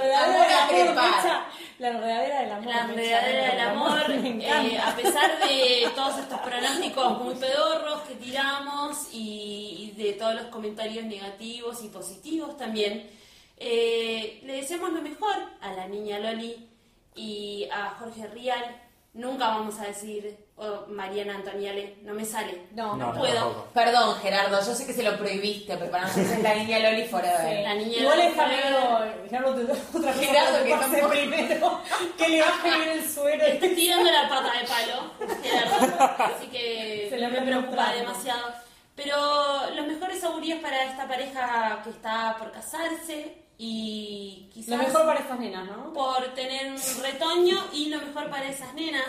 Speaker 3: La
Speaker 4: Amor
Speaker 3: enredadera
Speaker 4: a
Speaker 3: del amor,
Speaker 4: trepar.
Speaker 3: Mecha. La enredadera del amor.
Speaker 2: La
Speaker 3: Mecha.
Speaker 2: enredadera del amor,
Speaker 3: [LAUGHS] Me
Speaker 2: eh,
Speaker 3: encanta.
Speaker 2: a pesar de todos estos pronósticos muy pedorros que tiramos y, y de todos los comentarios negativos y positivos también, eh, le deseamos lo mejor a la niña Loli y a Jorge Rial. Nunca vamos a decir, o Mariana Antoniale, no me sale.
Speaker 3: No,
Speaker 5: No,
Speaker 3: no.
Speaker 5: no,
Speaker 2: puedo.
Speaker 5: tampoco.
Speaker 4: Perdón, Gerardo, yo sé que se lo prohibiste, pero para nosotros es la niña Loli forever.
Speaker 2: La niña
Speaker 3: Igual
Speaker 2: de-
Speaker 3: es Gerardo, Gerardo te otra cosa
Speaker 4: Gerardo, que
Speaker 3: pase
Speaker 4: tampoco-
Speaker 3: primero, que le va a pedir el suero.
Speaker 4: [LAUGHS]
Speaker 2: Te estoy tirando la pata de palo, Gerardo, así que
Speaker 3: Se la
Speaker 2: me
Speaker 3: ven
Speaker 2: preocupa
Speaker 3: mostrando.
Speaker 2: demasiado. Pero los mejores augurios para esta pareja que está por casarse y
Speaker 3: Lo
Speaker 2: quizás
Speaker 3: mejor para estas nenas, ¿no?
Speaker 2: por tener un retoño y lo mejor para esas nenas.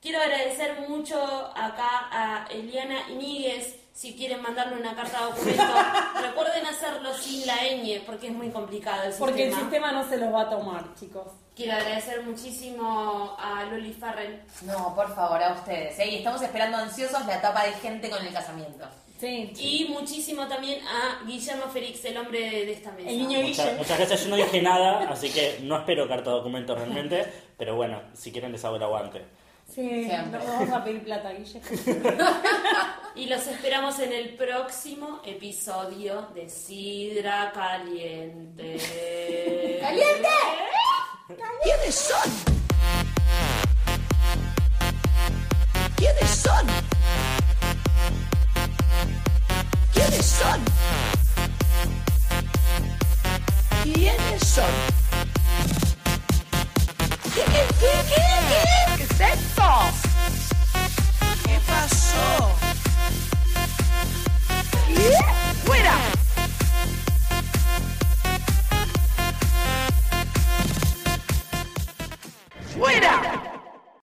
Speaker 2: Quiero agradecer mucho acá a Eliana Iníguez. Si quieren mandarle una carta de
Speaker 3: [LAUGHS]
Speaker 2: documento, recuerden hacerlo sin la ñ porque es muy complicado el
Speaker 3: Porque el
Speaker 2: sistema.
Speaker 3: sistema no se los va a tomar, chicos.
Speaker 2: Quiero agradecer muchísimo a Loli Farrell
Speaker 4: No, por favor, a ustedes. ¿eh? Y estamos esperando ansiosos la etapa de gente con el casamiento.
Speaker 3: Sí.
Speaker 2: Y muchísimo también a Guillermo Félix, el hombre de, de esta mesa.
Speaker 3: El niño
Speaker 5: Muchas-
Speaker 3: Guille.
Speaker 5: muchas gracias, yo no dije nada, así que no espero carta de documento realmente, pero bueno, si quieren les hago el aguante.
Speaker 3: Sí,
Speaker 4: Siempre.
Speaker 3: nos vamos a pedir plata, Guille.
Speaker 2: Y los esperamos en el próximo episodio de Sidra Caliente.
Speaker 3: [LAUGHS]
Speaker 4: ¡Caliente!
Speaker 1: ¿Quiénes son? ¿Quiénes son? ¿Quiénes son? ¿Quiénes son?